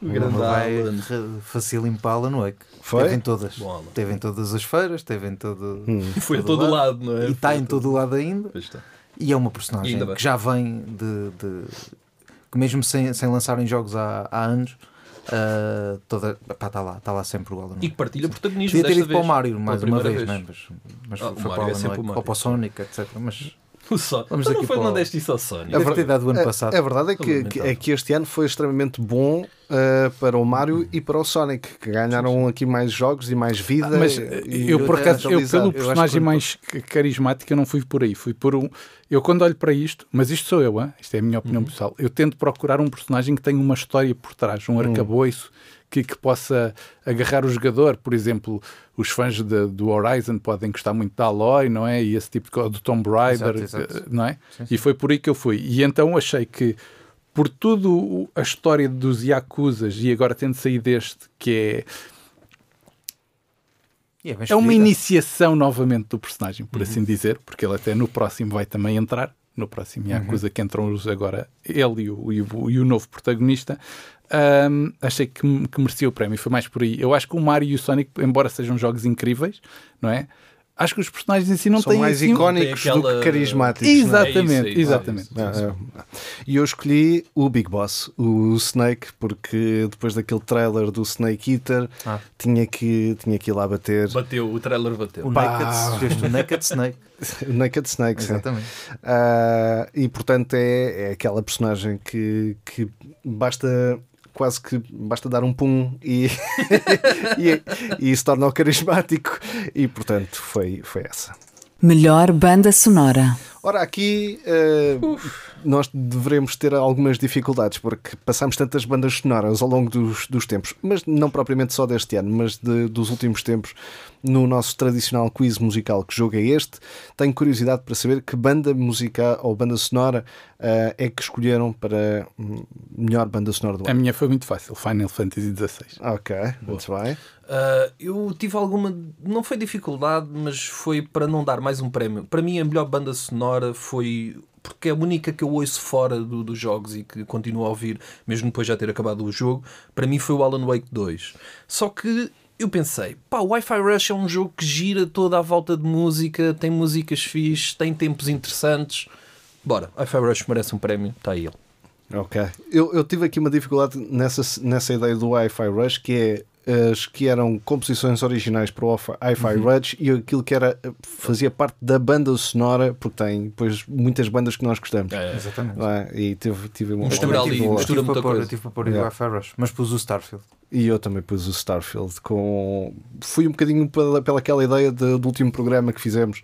[SPEAKER 3] O
[SPEAKER 5] Não
[SPEAKER 3] grande
[SPEAKER 5] vai
[SPEAKER 3] Alan.
[SPEAKER 5] re- facilitar para Alan Wake.
[SPEAKER 2] Foi?
[SPEAKER 5] Teve em todas.
[SPEAKER 3] Bom, Alan.
[SPEAKER 5] Teve em todas as feiras, teve em todo.
[SPEAKER 3] Foi a todo lado, não é?
[SPEAKER 5] E está
[SPEAKER 3] Foi a
[SPEAKER 5] em todo lado ainda.
[SPEAKER 3] Pois tá. está.
[SPEAKER 5] E é uma
[SPEAKER 3] E
[SPEAKER 5] personagem
[SPEAKER 3] ainda bem.
[SPEAKER 5] que já vem de. de- que mesmo sem, sem lançarem jogos há, há anos, ah, toda. está lá, está lá sempre o Alan
[SPEAKER 3] E
[SPEAKER 5] Wake.
[SPEAKER 3] que partilha protagonismo.
[SPEAKER 5] Devia ter
[SPEAKER 3] desta
[SPEAKER 5] ido para o
[SPEAKER 3] vez.
[SPEAKER 5] Mario
[SPEAKER 3] Pela
[SPEAKER 5] mais uma
[SPEAKER 3] primeira
[SPEAKER 5] vez, né? mas, mas
[SPEAKER 3] Ah, o
[SPEAKER 5] foi para
[SPEAKER 3] Mario
[SPEAKER 5] o
[SPEAKER 3] é
[SPEAKER 5] Alan
[SPEAKER 3] sempre o
[SPEAKER 5] Wake,
[SPEAKER 3] Mario.
[SPEAKER 5] ou para o Sonic, etc. Mas
[SPEAKER 3] O Só.
[SPEAKER 5] Vamos
[SPEAKER 3] Então não
[SPEAKER 5] aqui
[SPEAKER 3] foi
[SPEAKER 5] para
[SPEAKER 3] não
[SPEAKER 5] o-
[SPEAKER 3] deste isso ao Sony.
[SPEAKER 2] É
[SPEAKER 5] deve
[SPEAKER 2] verdade.
[SPEAKER 5] ter dado o ano
[SPEAKER 2] A-
[SPEAKER 5] passado.
[SPEAKER 2] A verdade é que, que- é que este ano foi extremamente bom uh, para o Mario e para o Sonic, que ganharam aqui mais jogos e mais vida.
[SPEAKER 4] Ah, mas eh,
[SPEAKER 2] e- eh, e
[SPEAKER 4] eu, por
[SPEAKER 2] até
[SPEAKER 4] acaso, eu
[SPEAKER 2] atualizado.
[SPEAKER 4] pelo
[SPEAKER 5] que
[SPEAKER 4] personagem
[SPEAKER 5] quando-
[SPEAKER 4] mais ca- carismático, eu não fui por aí. Fui por um. Eu, quando olho para isto, mas isto sou eu, hã? isto é a minha opinião pessoal. Eu tento procurar um personagem que tenha uma história por trás, um arcabouço que, que possa agarrar o jogador. Por exemplo, os fãs de- do Horizon podem gostar muito da Aloy, não é? E esse tipo de coisa, do Tomb Raider,
[SPEAKER 5] Exato, exato.
[SPEAKER 4] eh, não é? E foi por aí que eu fui. E então achei que, por tudo o- a história dos Yakuzas e agora tendo saído deste, que é
[SPEAKER 5] E bem
[SPEAKER 4] é uma
[SPEAKER 5] escolhida.
[SPEAKER 4] iniciação novamente do personagem,
[SPEAKER 2] Uhum.
[SPEAKER 4] por assim dizer, porque ele até no próximo vai também entrar. No próximo Yakuza
[SPEAKER 2] Uhum.
[SPEAKER 4] que entram os agora ele e o, e o- e o novo protagonista. Ahm, achei que, m- que merecia o prémio, foi mais por aí. Eu acho que o Mario e o Sonic, embora sejam jogos incríveis, não é? Acho que os personagens em si não
[SPEAKER 2] São
[SPEAKER 4] têm
[SPEAKER 2] mais
[SPEAKER 4] assim, um-
[SPEAKER 2] icónicos
[SPEAKER 3] tem aquela-
[SPEAKER 2] do que carismáticos. não é?
[SPEAKER 4] Exatamente,
[SPEAKER 3] É isso, é isso,
[SPEAKER 4] exatamente.
[SPEAKER 2] Ah, ah. E eu escolhi o Big Boss, o Snake, porque depois daquele trailer do Snake Eater
[SPEAKER 5] Ah.
[SPEAKER 2] tinha, que, tinha que ir lá bater
[SPEAKER 3] Bateu, o trailer bateu.
[SPEAKER 5] O
[SPEAKER 4] Pá.
[SPEAKER 5] Naked, escolheste o Naked Snake.
[SPEAKER 2] o Naked é. Snake. sim.
[SPEAKER 5] Exatamente.
[SPEAKER 2] Ah, e portanto é, é aquela personagem que, que basta quase que basta dar um pum e, e, e se torna carismático e portanto foi, foi essa.
[SPEAKER 1] Melhor banda sonora.
[SPEAKER 2] Ora, aqui eh, nós deveremos ter algumas dificuldades porque passamos tantas bandas sonoras ao longo dos, dos tempos, mas não propriamente só deste ano, mas de- dos últimos tempos, no nosso tradicional quiz musical que jogo é este. Tenho curiosidade para saber que banda musical ou banda sonora eh, é que escolheram para hum, melhor banda sonora do
[SPEAKER 4] A
[SPEAKER 2] ano.
[SPEAKER 4] minha foi muito fácil, Final Fantasy XVI.
[SPEAKER 2] Ok, muito bem.
[SPEAKER 3] Ah, eu tive alguma. Não foi dificuldade, mas foi para não dar mais um prémio. Para mim, a melhor banda sonora foi. Porque é a única que eu ouço fora do- dos jogos e que continuo a ouvir, mesmo depois de já ter acabado o jogo, para mim foi o Alan Wake 2. Só que eu pensei, pá, o Wi-Fi Rush é um jogo que gira toda à volta de música, tem músicas fixe, tem tempos interessantes. Bora, Wi-Fi Rush merece um prémio, está aí ele.
[SPEAKER 2] Ok. Eu, eu tive aqui uma dificuldade nessa, nessa ideia do Hi-Fi Rush, que é as que eram composições originais para o Hi-Fi Rush e aquilo que era fazia parte da banda sonora, porque tem depois muitas bandas que nós gostamos.
[SPEAKER 5] Exatamente.
[SPEAKER 2] não é? E tive, tive uma
[SPEAKER 3] Mistura
[SPEAKER 2] uma
[SPEAKER 3] ali,
[SPEAKER 2] dificuldade.
[SPEAKER 5] Eu tive
[SPEAKER 3] mistura
[SPEAKER 5] para
[SPEAKER 3] muita
[SPEAKER 5] pôr,
[SPEAKER 3] coisa.
[SPEAKER 5] eu tive para pôr o
[SPEAKER 2] Yeah.
[SPEAKER 5] Wi-Fi Rush, mas pus o Starfield.
[SPEAKER 2] E eu também pus o Starfield com. Fui um bocadinho pela, pela aquela ideia de- do último programa que fizemos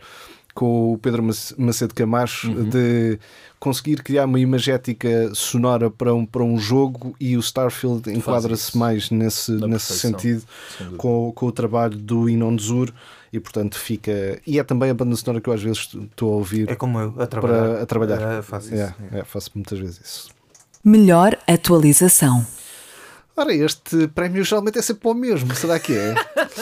[SPEAKER 2] com o Pedro Mac- Macedo Camacho
[SPEAKER 3] Uhum.
[SPEAKER 2] de conseguir criar uma imagética sonora para um, para um jogo e o Starfield enquadra-se
[SPEAKER 3] isso.
[SPEAKER 2] mais nesse,
[SPEAKER 3] Na
[SPEAKER 2] nesse
[SPEAKER 3] perfeição,
[SPEAKER 2] sentido
[SPEAKER 3] sem dúvida.
[SPEAKER 2] com, com o trabalho do Inon Zur e portanto fica. E é também a banda sonora que eu às vezes estou a ouvir
[SPEAKER 5] É como eu, a trabalhar.
[SPEAKER 2] Tipo,
[SPEAKER 3] é,
[SPEAKER 2] para a trabalhar.
[SPEAKER 5] Ah, faço isso.
[SPEAKER 2] Yeah,
[SPEAKER 5] yeah.
[SPEAKER 2] é, faço muitas vezes isso.
[SPEAKER 1] Melhor atualização.
[SPEAKER 2] Ora, este prémio geralmente é sempre o mesmo, será que é?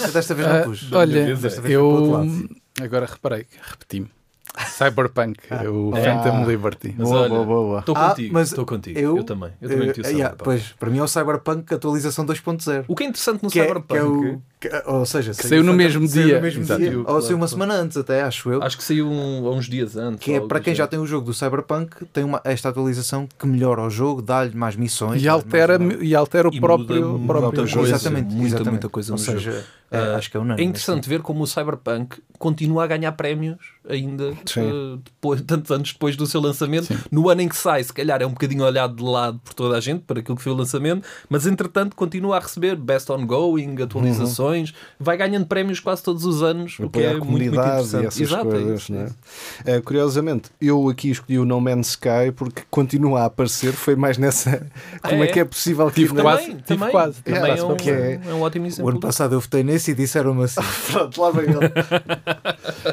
[SPEAKER 5] Eu Desta vez não
[SPEAKER 4] Ah,
[SPEAKER 5] pus.
[SPEAKER 4] olha,
[SPEAKER 5] Desta vez foi para o
[SPEAKER 4] eu
[SPEAKER 5] outro lado.
[SPEAKER 4] agora reparei, repeti-me. Cyberpunk, é o
[SPEAKER 2] Ah.
[SPEAKER 4] Phantom Liberty.
[SPEAKER 2] boa, boa, boa, boa.
[SPEAKER 3] Estou
[SPEAKER 5] Ah,
[SPEAKER 3] contigo,
[SPEAKER 5] mas
[SPEAKER 3] estou contigo.
[SPEAKER 5] eu-
[SPEAKER 3] Eu, também. Eu também
[SPEAKER 5] Eh,
[SPEAKER 3] meti o
[SPEAKER 5] yeah,
[SPEAKER 3] Cyberpunk.
[SPEAKER 5] Pois, para mim é o Cyberpunk atualização 2.0.
[SPEAKER 3] O que é interessante no
[SPEAKER 5] Que é,
[SPEAKER 3] Cyberpunk
[SPEAKER 5] que é o, Que- Ou seja,
[SPEAKER 4] Que saiu no
[SPEAKER 5] Phantom-
[SPEAKER 4] mesmo
[SPEAKER 5] saiu
[SPEAKER 4] dia.
[SPEAKER 5] no mesmo
[SPEAKER 4] Exato.
[SPEAKER 5] dia.
[SPEAKER 4] E o-
[SPEAKER 5] Ou saiu uma semana antes, até acho eu.
[SPEAKER 3] Acho que saiu um- há uns dias antes.
[SPEAKER 5] que é
[SPEAKER 3] algo
[SPEAKER 5] para
[SPEAKER 3] do
[SPEAKER 5] quem já
[SPEAKER 3] género.
[SPEAKER 5] tem o jogo do Cyberpunk, tem uma, esta atualização que melhora o jogo, dá-lhe mais missões.
[SPEAKER 4] E
[SPEAKER 5] dá-lhe
[SPEAKER 4] altera,
[SPEAKER 5] mais-
[SPEAKER 4] e altera o
[SPEAKER 3] E
[SPEAKER 4] próprio,
[SPEAKER 3] muda
[SPEAKER 4] o próprio
[SPEAKER 3] muita
[SPEAKER 4] jogo.
[SPEAKER 3] coisa.
[SPEAKER 5] Exatamente,
[SPEAKER 3] muita,
[SPEAKER 5] exatamente.
[SPEAKER 3] muita coisa
[SPEAKER 5] Ou
[SPEAKER 3] no
[SPEAKER 5] seja,
[SPEAKER 3] jogo.
[SPEAKER 5] é,
[SPEAKER 3] Ah,
[SPEAKER 5] acho que é unânime.
[SPEAKER 3] É interessante ver como o Cyberpunk continua a ganhar prémios ainda
[SPEAKER 2] Sim.
[SPEAKER 3] eh, depois, tantos anos depois do seu lançamento. No ano em que sai, se calhar é um bocadinho olhado de lado por toda a gente para aquilo que foi o lançamento, mas entretanto continua a receber best ongoing, atualizações, vai ganhando prémios quase todos os anos, o que
[SPEAKER 2] Uhum. apoiar
[SPEAKER 3] é
[SPEAKER 2] a
[SPEAKER 3] muito, muito
[SPEAKER 2] comunidade e
[SPEAKER 3] interessante.
[SPEAKER 2] essas
[SPEAKER 3] Exato, é
[SPEAKER 2] coisas.
[SPEAKER 3] isso,
[SPEAKER 2] né?
[SPEAKER 3] é isso.
[SPEAKER 2] Eh, curiosamente, eu aqui escolhi o No Man's Sky porque continua a aparecer. Foi mais nessa. Como é,
[SPEAKER 3] É.
[SPEAKER 2] que é possível que
[SPEAKER 4] Tive
[SPEAKER 2] não-
[SPEAKER 4] quase,
[SPEAKER 3] Também,
[SPEAKER 4] tive
[SPEAKER 3] também, também
[SPEAKER 4] quase,
[SPEAKER 2] tive
[SPEAKER 3] é,
[SPEAKER 2] quase,
[SPEAKER 3] um,
[SPEAKER 2] porque é-
[SPEAKER 3] é um ótimo
[SPEAKER 5] O ano
[SPEAKER 3] exemplo.
[SPEAKER 5] passado eu votei nesse e disseram-me assim:
[SPEAKER 2] Pronto, lá vem ele.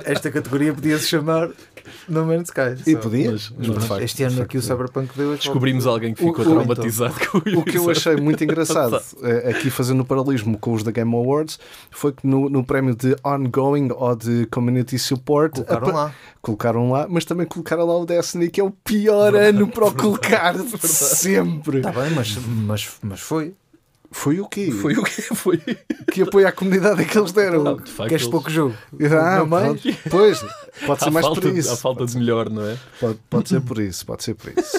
[SPEAKER 5] esta categoria podia-se chamar No Man's Sky.
[SPEAKER 2] E
[SPEAKER 5] Só-
[SPEAKER 2] podia.
[SPEAKER 6] Mas-
[SPEAKER 2] Mas,
[SPEAKER 6] mas
[SPEAKER 2] de facto,
[SPEAKER 5] Este
[SPEAKER 2] de
[SPEAKER 5] ano
[SPEAKER 2] facto,
[SPEAKER 5] aqui o
[SPEAKER 2] não.
[SPEAKER 5] Cyberpunk deu as
[SPEAKER 3] Descobrimos alguém que
[SPEAKER 2] O-
[SPEAKER 3] ficou
[SPEAKER 2] o- então,
[SPEAKER 3] traumatizado com isso.
[SPEAKER 2] O que eu achei muito engraçado, eh, aqui fazendo o paralelismo com os da Game Awards, foi que no, no prémio de Ongoing ou de Community Support
[SPEAKER 5] Colocaram
[SPEAKER 2] apa-
[SPEAKER 5] lá.
[SPEAKER 2] colocaram lá, mas também colocaram lá o Destiny, que é o pior ano para o colocar de
[SPEAKER 3] Tá
[SPEAKER 2] sempre.
[SPEAKER 5] Está bem, mas, mas, mas foi.
[SPEAKER 2] Foi o quê?
[SPEAKER 3] Foi o que é, foi.
[SPEAKER 2] Que apoio à comunidade é que eles
[SPEAKER 3] Tá
[SPEAKER 2] deram?
[SPEAKER 6] De facto,
[SPEAKER 5] Queres
[SPEAKER 6] eles-
[SPEAKER 5] pouco jogo?
[SPEAKER 2] Ah,
[SPEAKER 5] Não mais?
[SPEAKER 2] pronto. Pois, pode ser
[SPEAKER 6] Há
[SPEAKER 2] mais
[SPEAKER 3] tá
[SPEAKER 6] falta,
[SPEAKER 2] por
[SPEAKER 6] de-
[SPEAKER 2] isso.
[SPEAKER 6] há falta de melhor, não é?
[SPEAKER 2] Pode, pode ser por isso, pode ser por isso.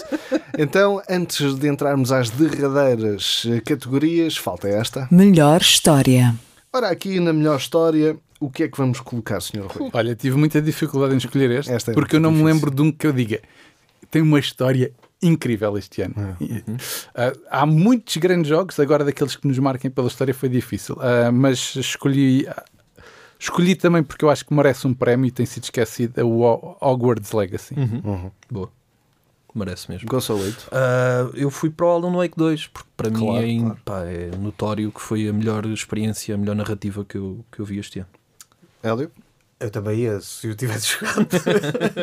[SPEAKER 2] Então, antes de entrarmos às derradeiras eh, categorias, falta esta.
[SPEAKER 1] Melhor história.
[SPEAKER 2] Ora, aqui na melhor história, o que é que vamos colocar, Sr. Rui?
[SPEAKER 4] Olha, tive muita dificuldade em escolher este,
[SPEAKER 2] Esta é
[SPEAKER 4] porque eu
[SPEAKER 2] muito
[SPEAKER 4] não me
[SPEAKER 2] difícil.
[SPEAKER 4] lembro de um que eu diga. Tem uma história incrível este ano.
[SPEAKER 2] É.
[SPEAKER 4] E,
[SPEAKER 3] Uhum.
[SPEAKER 4] ah, há muitos grandes jogos, agora daqueles que nos marquem pela história foi difícil, Ah, mas escolhi. ah, Escolhi também porque eu acho que merece um prémio e tem sido esquecido é o Ho- Hogwarts Legacy.
[SPEAKER 2] Uhum.
[SPEAKER 3] Boa. Merece mesmo.
[SPEAKER 2] Consolito.
[SPEAKER 3] Ah, eu fui para o Alan Wake 2, porque para
[SPEAKER 2] Claro,
[SPEAKER 3] mim é,
[SPEAKER 2] claro.
[SPEAKER 3] pá, é notório que foi a melhor experiência, a melhor narrativa que eu, que eu vi este ano.
[SPEAKER 2] Hélio?
[SPEAKER 5] Eu também ia, se eu tivesse jogado.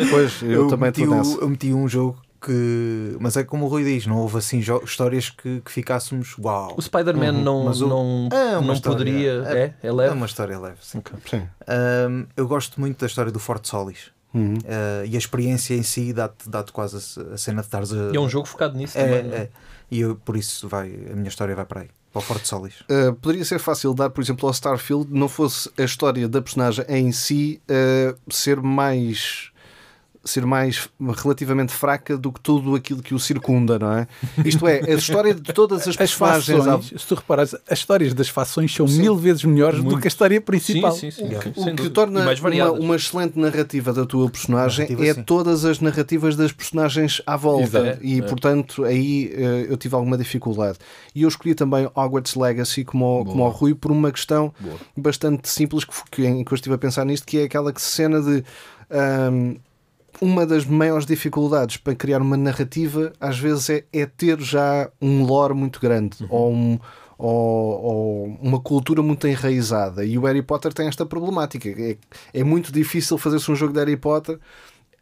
[SPEAKER 2] Pois, eu, também
[SPEAKER 5] meti
[SPEAKER 2] estou
[SPEAKER 5] um-
[SPEAKER 2] nessa.
[SPEAKER 5] eu meti um jogo que. Mas é como o Rui diz, não houve assim jo- histórias que, que ficássemos. Uau!
[SPEAKER 3] Uhum. O Spider-Man não,
[SPEAKER 5] mas o-
[SPEAKER 3] não,
[SPEAKER 5] É uma
[SPEAKER 3] não
[SPEAKER 5] história.
[SPEAKER 3] poderia. É, é,
[SPEAKER 5] É
[SPEAKER 3] leve.
[SPEAKER 5] uma história leve, sim.
[SPEAKER 2] Sim.
[SPEAKER 5] Ahm, eu gosto muito da história do Forte Solis. Ah, e a experiência em si dá-te dá quase a ce- a cena de estares a.
[SPEAKER 3] E é um jogo focado nisso
[SPEAKER 5] É,
[SPEAKER 3] também. não é?
[SPEAKER 5] é. E eu, por isso vai, a minha história vai para aí, para o Forte Solis.
[SPEAKER 2] Uh, poderia ser fácil dar, por exemplo, ao Starfield, não fosse a história da personagem em si uh, ser mais ser mais relativamente fraca do que tudo aquilo que o circunda, não é? Isto é, a história de todas as
[SPEAKER 4] As
[SPEAKER 2] personagens. à-
[SPEAKER 4] fações, se tu reparares, as histórias das fações são mil vezes melhores do que a história principal.
[SPEAKER 3] Sim, sim, sim.
[SPEAKER 5] Yeah.
[SPEAKER 3] sim, sem
[SPEAKER 2] O que
[SPEAKER 3] dúvida.
[SPEAKER 2] torna
[SPEAKER 3] E mais
[SPEAKER 2] uma,
[SPEAKER 3] variadas.
[SPEAKER 2] uma excelente narrativa da tua personagem
[SPEAKER 5] Narrativa,
[SPEAKER 2] é
[SPEAKER 5] sim.
[SPEAKER 2] todas as narrativas das personagens à volta.
[SPEAKER 4] Exato.
[SPEAKER 2] E,
[SPEAKER 4] É.
[SPEAKER 2] portanto, aí eh, eu tive alguma dificuldade. E eu escolhi também Hogwarts Legacy como, o- como o Rui por uma questão bastante simples que, f- que, em que eu estive a pensar nisto, que é aquela que cena de. ahm, uma das maiores dificuldades para criar uma narrativa às vezes é, é ter já um lore muito grande ou, um- ou- ou uma cultura muito enraizada. E o Harry Potter tem esta problemática. É, é muito difícil fazer-se um jogo de Harry Potter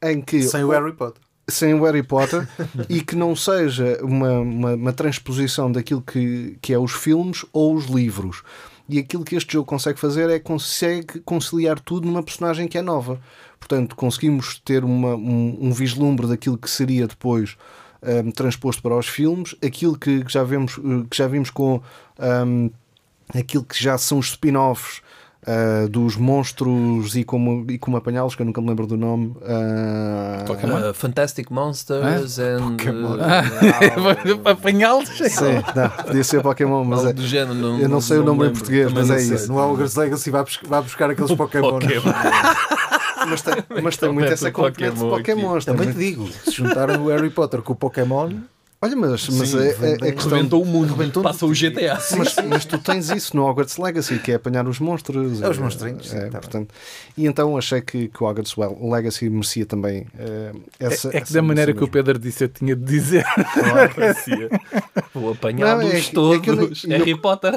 [SPEAKER 2] em que
[SPEAKER 5] Sem o Harry Potter.
[SPEAKER 2] sem o Harry Potter e que não seja uma, uma, uma transposição daquilo que, que é os filmes ou os livros. E aquilo que este jogo consegue fazer é consegue conciliar tudo numa personagem que é nova. Portanto, conseguimos ter uma, um, um vislumbre daquilo que seria depois hum, transposto para os filmes, aquilo que que já vemos, eh, que já vimos com hum, aquilo que já são os spin-offs ah, dos monstros e como, e como apanhá-los, que eu nunca me lembro do nome. ah, É? Ah,
[SPEAKER 3] Uh, Fantastic Monsters and. uh, Ah,
[SPEAKER 4] Para apanhá-los.
[SPEAKER 2] Sim, não, podia ser Pokémon, mas
[SPEAKER 3] algo
[SPEAKER 2] é.
[SPEAKER 3] do género, não,
[SPEAKER 2] Eu não sei o nome em
[SPEAKER 3] lembro.
[SPEAKER 2] português,
[SPEAKER 3] Também
[SPEAKER 2] mas
[SPEAKER 3] não
[SPEAKER 2] é
[SPEAKER 3] sei.
[SPEAKER 2] isso.
[SPEAKER 5] No Hogwarts Legacy vai, buscar- vai buscar aqueles Pokémon.
[SPEAKER 2] Mas tem, mas tem
[SPEAKER 6] Então
[SPEAKER 2] muito
[SPEAKER 6] mete
[SPEAKER 2] essa
[SPEAKER 6] o
[SPEAKER 2] componente de
[SPEAKER 6] Pokémon aqui.
[SPEAKER 2] Pokémon.
[SPEAKER 5] Também te digo, se juntarem o Harry Potter com o Pokémon,
[SPEAKER 2] Olha, mas, mas é, é, é questão.
[SPEAKER 3] Rebentou o mundo, passou o GTA.
[SPEAKER 2] Mas, mas tu tens isso no Hogwarts Legacy, que é apanhar os monstros.
[SPEAKER 5] É os monstrinhos,
[SPEAKER 2] É,
[SPEAKER 5] sim, tá
[SPEAKER 2] portanto, e então achei que, que o Hogwarts Well- Legacy merecia também eh, essa.
[SPEAKER 4] É que
[SPEAKER 2] essa
[SPEAKER 4] da maneira que
[SPEAKER 2] menção
[SPEAKER 4] o Pedro disse, eu tinha de dizer.
[SPEAKER 3] Vou apanhá-los
[SPEAKER 2] Não, é que- é que eu não-
[SPEAKER 3] todos.
[SPEAKER 2] eu-
[SPEAKER 3] Harry Potter.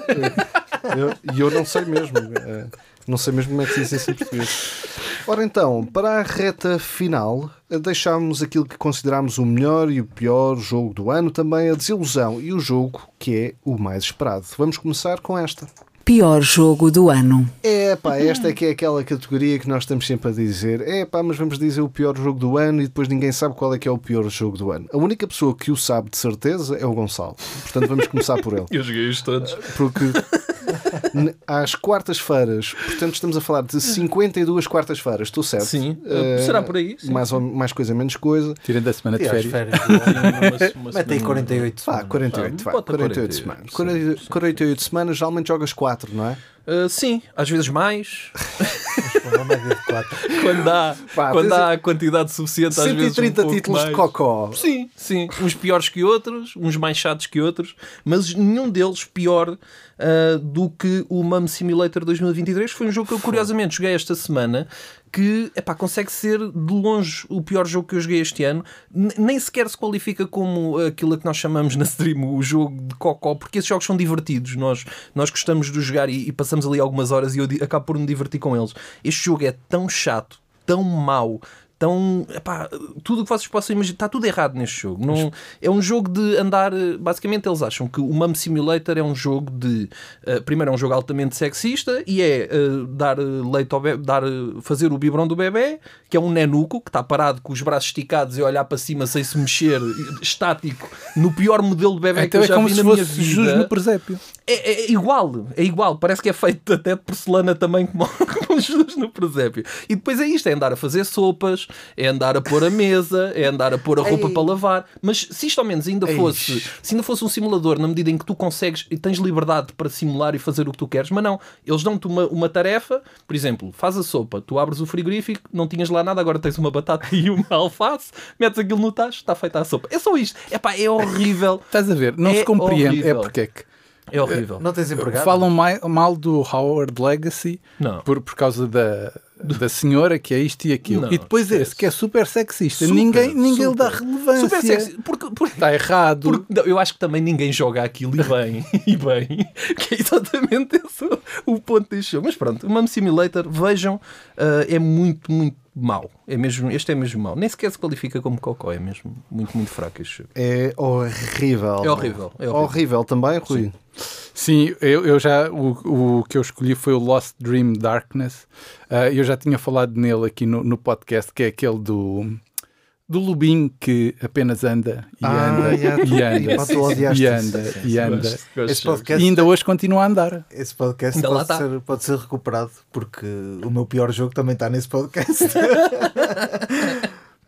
[SPEAKER 2] Eu- E eu, não sei mesmo. eh, não sei mesmo como é que se diz isso em português. Ora então, para a reta final, eh, deixámos aquilo que considerámos o melhor e o pior jogo do ano, também a desilusão e o jogo que é o mais esperado. Vamos começar com esta.
[SPEAKER 1] Pior jogo do ano.
[SPEAKER 2] É pá, esta é que é aquela categoria que nós estamos sempre a dizer. É pá, mas vamos dizer o pior jogo do ano e depois ninguém sabe qual é que é o pior jogo do ano. A única pessoa que o sabe de certeza é o Gonçalo. Portanto, vamos começar por ele.
[SPEAKER 6] Eu joguei os todos.
[SPEAKER 2] Porque N- às quartas-feiras. Portanto, estamos a falar de 52 quartas-feiras, estou certo?
[SPEAKER 3] Sim.
[SPEAKER 2] Eh,
[SPEAKER 3] Será por aí, sim.
[SPEAKER 2] Mais, ou- mais coisa, menos coisa.
[SPEAKER 4] Tirando a semana de
[SPEAKER 5] Tira as
[SPEAKER 4] férias.
[SPEAKER 5] férias.
[SPEAKER 6] Uma
[SPEAKER 5] Mete aí
[SPEAKER 6] semana-
[SPEAKER 5] 48.
[SPEAKER 2] Pá, 48, vá, 48
[SPEAKER 3] bota 48,
[SPEAKER 2] semanas.
[SPEAKER 3] sim,
[SPEAKER 2] 48, 48 semanas, geralmente jogas 4, não é?
[SPEAKER 3] Ah, sim, às vezes mais.
[SPEAKER 5] Uma média de 4.
[SPEAKER 3] Quando dá,
[SPEAKER 2] Pá,
[SPEAKER 3] quando
[SPEAKER 2] tens-
[SPEAKER 3] há a quantidade suficiente, às vezes. um
[SPEAKER 2] 130
[SPEAKER 3] pouco
[SPEAKER 2] títulos de
[SPEAKER 3] mais.
[SPEAKER 2] cocó.
[SPEAKER 3] Sim, sim. Uns piores que outros, uns mais chatos que outros, mas nenhum deles pior ah, do que o Mum Simulator 2023, que foi um jogo que eu curiosamente joguei esta semana. Que epá, consegue ser de longe o pior jogo que eu joguei este ano, N- nem sequer se qualifica como aquilo a que nós chamamos na stream o jogo de cocó, porque esses jogos são divertidos. Nós, nós gostamos de jogar e, e passamos ali algumas horas e eu di- acabo por me divertir com eles. Este jogo é tão chato, tão mau. Tão, epá, tudo o que vocês possam imaginar, está tudo errado neste jogo. Não, é um jogo de andar. eh, Basicamente, eles acham que o Mum Simulator é um jogo de. eh, primeiro, é um jogo altamente sexista e é eh, dar eh, leite ao bebê, dar, eh, fazer o biberon do bebê, que é um nenuco que está parado com os braços esticados e a olhar para cima sem se mexer, estático, no pior modelo de bebê
[SPEAKER 4] Então
[SPEAKER 3] que
[SPEAKER 4] é
[SPEAKER 3] eu já
[SPEAKER 4] como
[SPEAKER 3] vi
[SPEAKER 4] se
[SPEAKER 3] na minha
[SPEAKER 4] fosse
[SPEAKER 3] vida.
[SPEAKER 4] Jesus no presépio.
[SPEAKER 3] É, é igual, é igual. Parece que é feito até de porcelana também, como como os Jesus no presépio. E depois é isto: é andar a fazer sopas, é andar a pôr a mesa, é andar a pôr a roupa para lavar. Mas se isto ao menos ainda fosse, se ainda fosse um simulador, na medida em que tu consegues e tens liberdade para simular e fazer o que tu queres, mas não, eles dão-te uma, uma tarefa, por exemplo, faz a sopa, tu abres o frigorífico, não tinhas lá nada, agora tens uma batata e uma alface, metes aquilo no tacho, está feita a sopa. É só isto. É pá, é horrível.
[SPEAKER 4] Estás a ver? Não
[SPEAKER 3] É
[SPEAKER 4] se compreende.
[SPEAKER 3] horrível.
[SPEAKER 4] É porque é que
[SPEAKER 3] É horrível.
[SPEAKER 5] Não tens empregado?
[SPEAKER 4] falam mai- mal do Howard Legacy
[SPEAKER 3] Não.
[SPEAKER 4] Por, por causa da, da senhora que é isto e aquilo.
[SPEAKER 3] Não,
[SPEAKER 4] e depois esse que é super sexista. ninguém ninguém lhe dá relevância.
[SPEAKER 3] Super é sexy. Porque, porque-
[SPEAKER 4] Está errado.
[SPEAKER 3] porque- não, eu acho que também ninguém joga aquilo e bem. e bem. Que é exatamente esse o- o ponto deste jogo. Mas pronto, o Mum Simulator, vejam, ah, é muito, muito mau. É mesmo, este é mesmo mau. Nem sequer se qualifica como cocó. É mesmo muito, muito fraco este jogo.
[SPEAKER 2] É horrível.
[SPEAKER 3] É horrível, é horrível.
[SPEAKER 2] também, Rui.
[SPEAKER 4] Sim, eu, eu já o, o que eu escolhi foi o Lost Dream Darkness. Ah, eu já tinha falado nele aqui no, no podcast, que é aquele do do Lubim que apenas anda e
[SPEAKER 2] Ah,
[SPEAKER 4] anda
[SPEAKER 2] yeah, tu-
[SPEAKER 4] e anda
[SPEAKER 5] pá, tu odiaste
[SPEAKER 4] e
[SPEAKER 5] isso.
[SPEAKER 4] anda
[SPEAKER 5] Sim, sim,
[SPEAKER 4] e anda.
[SPEAKER 5] Esse
[SPEAKER 4] E
[SPEAKER 5] podcast,
[SPEAKER 4] ainda hoje continua a andar.
[SPEAKER 5] esse podcast
[SPEAKER 3] Ainda Então lá tá.
[SPEAKER 5] pode,
[SPEAKER 3] está.
[SPEAKER 5] ser, pode ser recuperado, porque o meu pior jogo também está nesse podcast.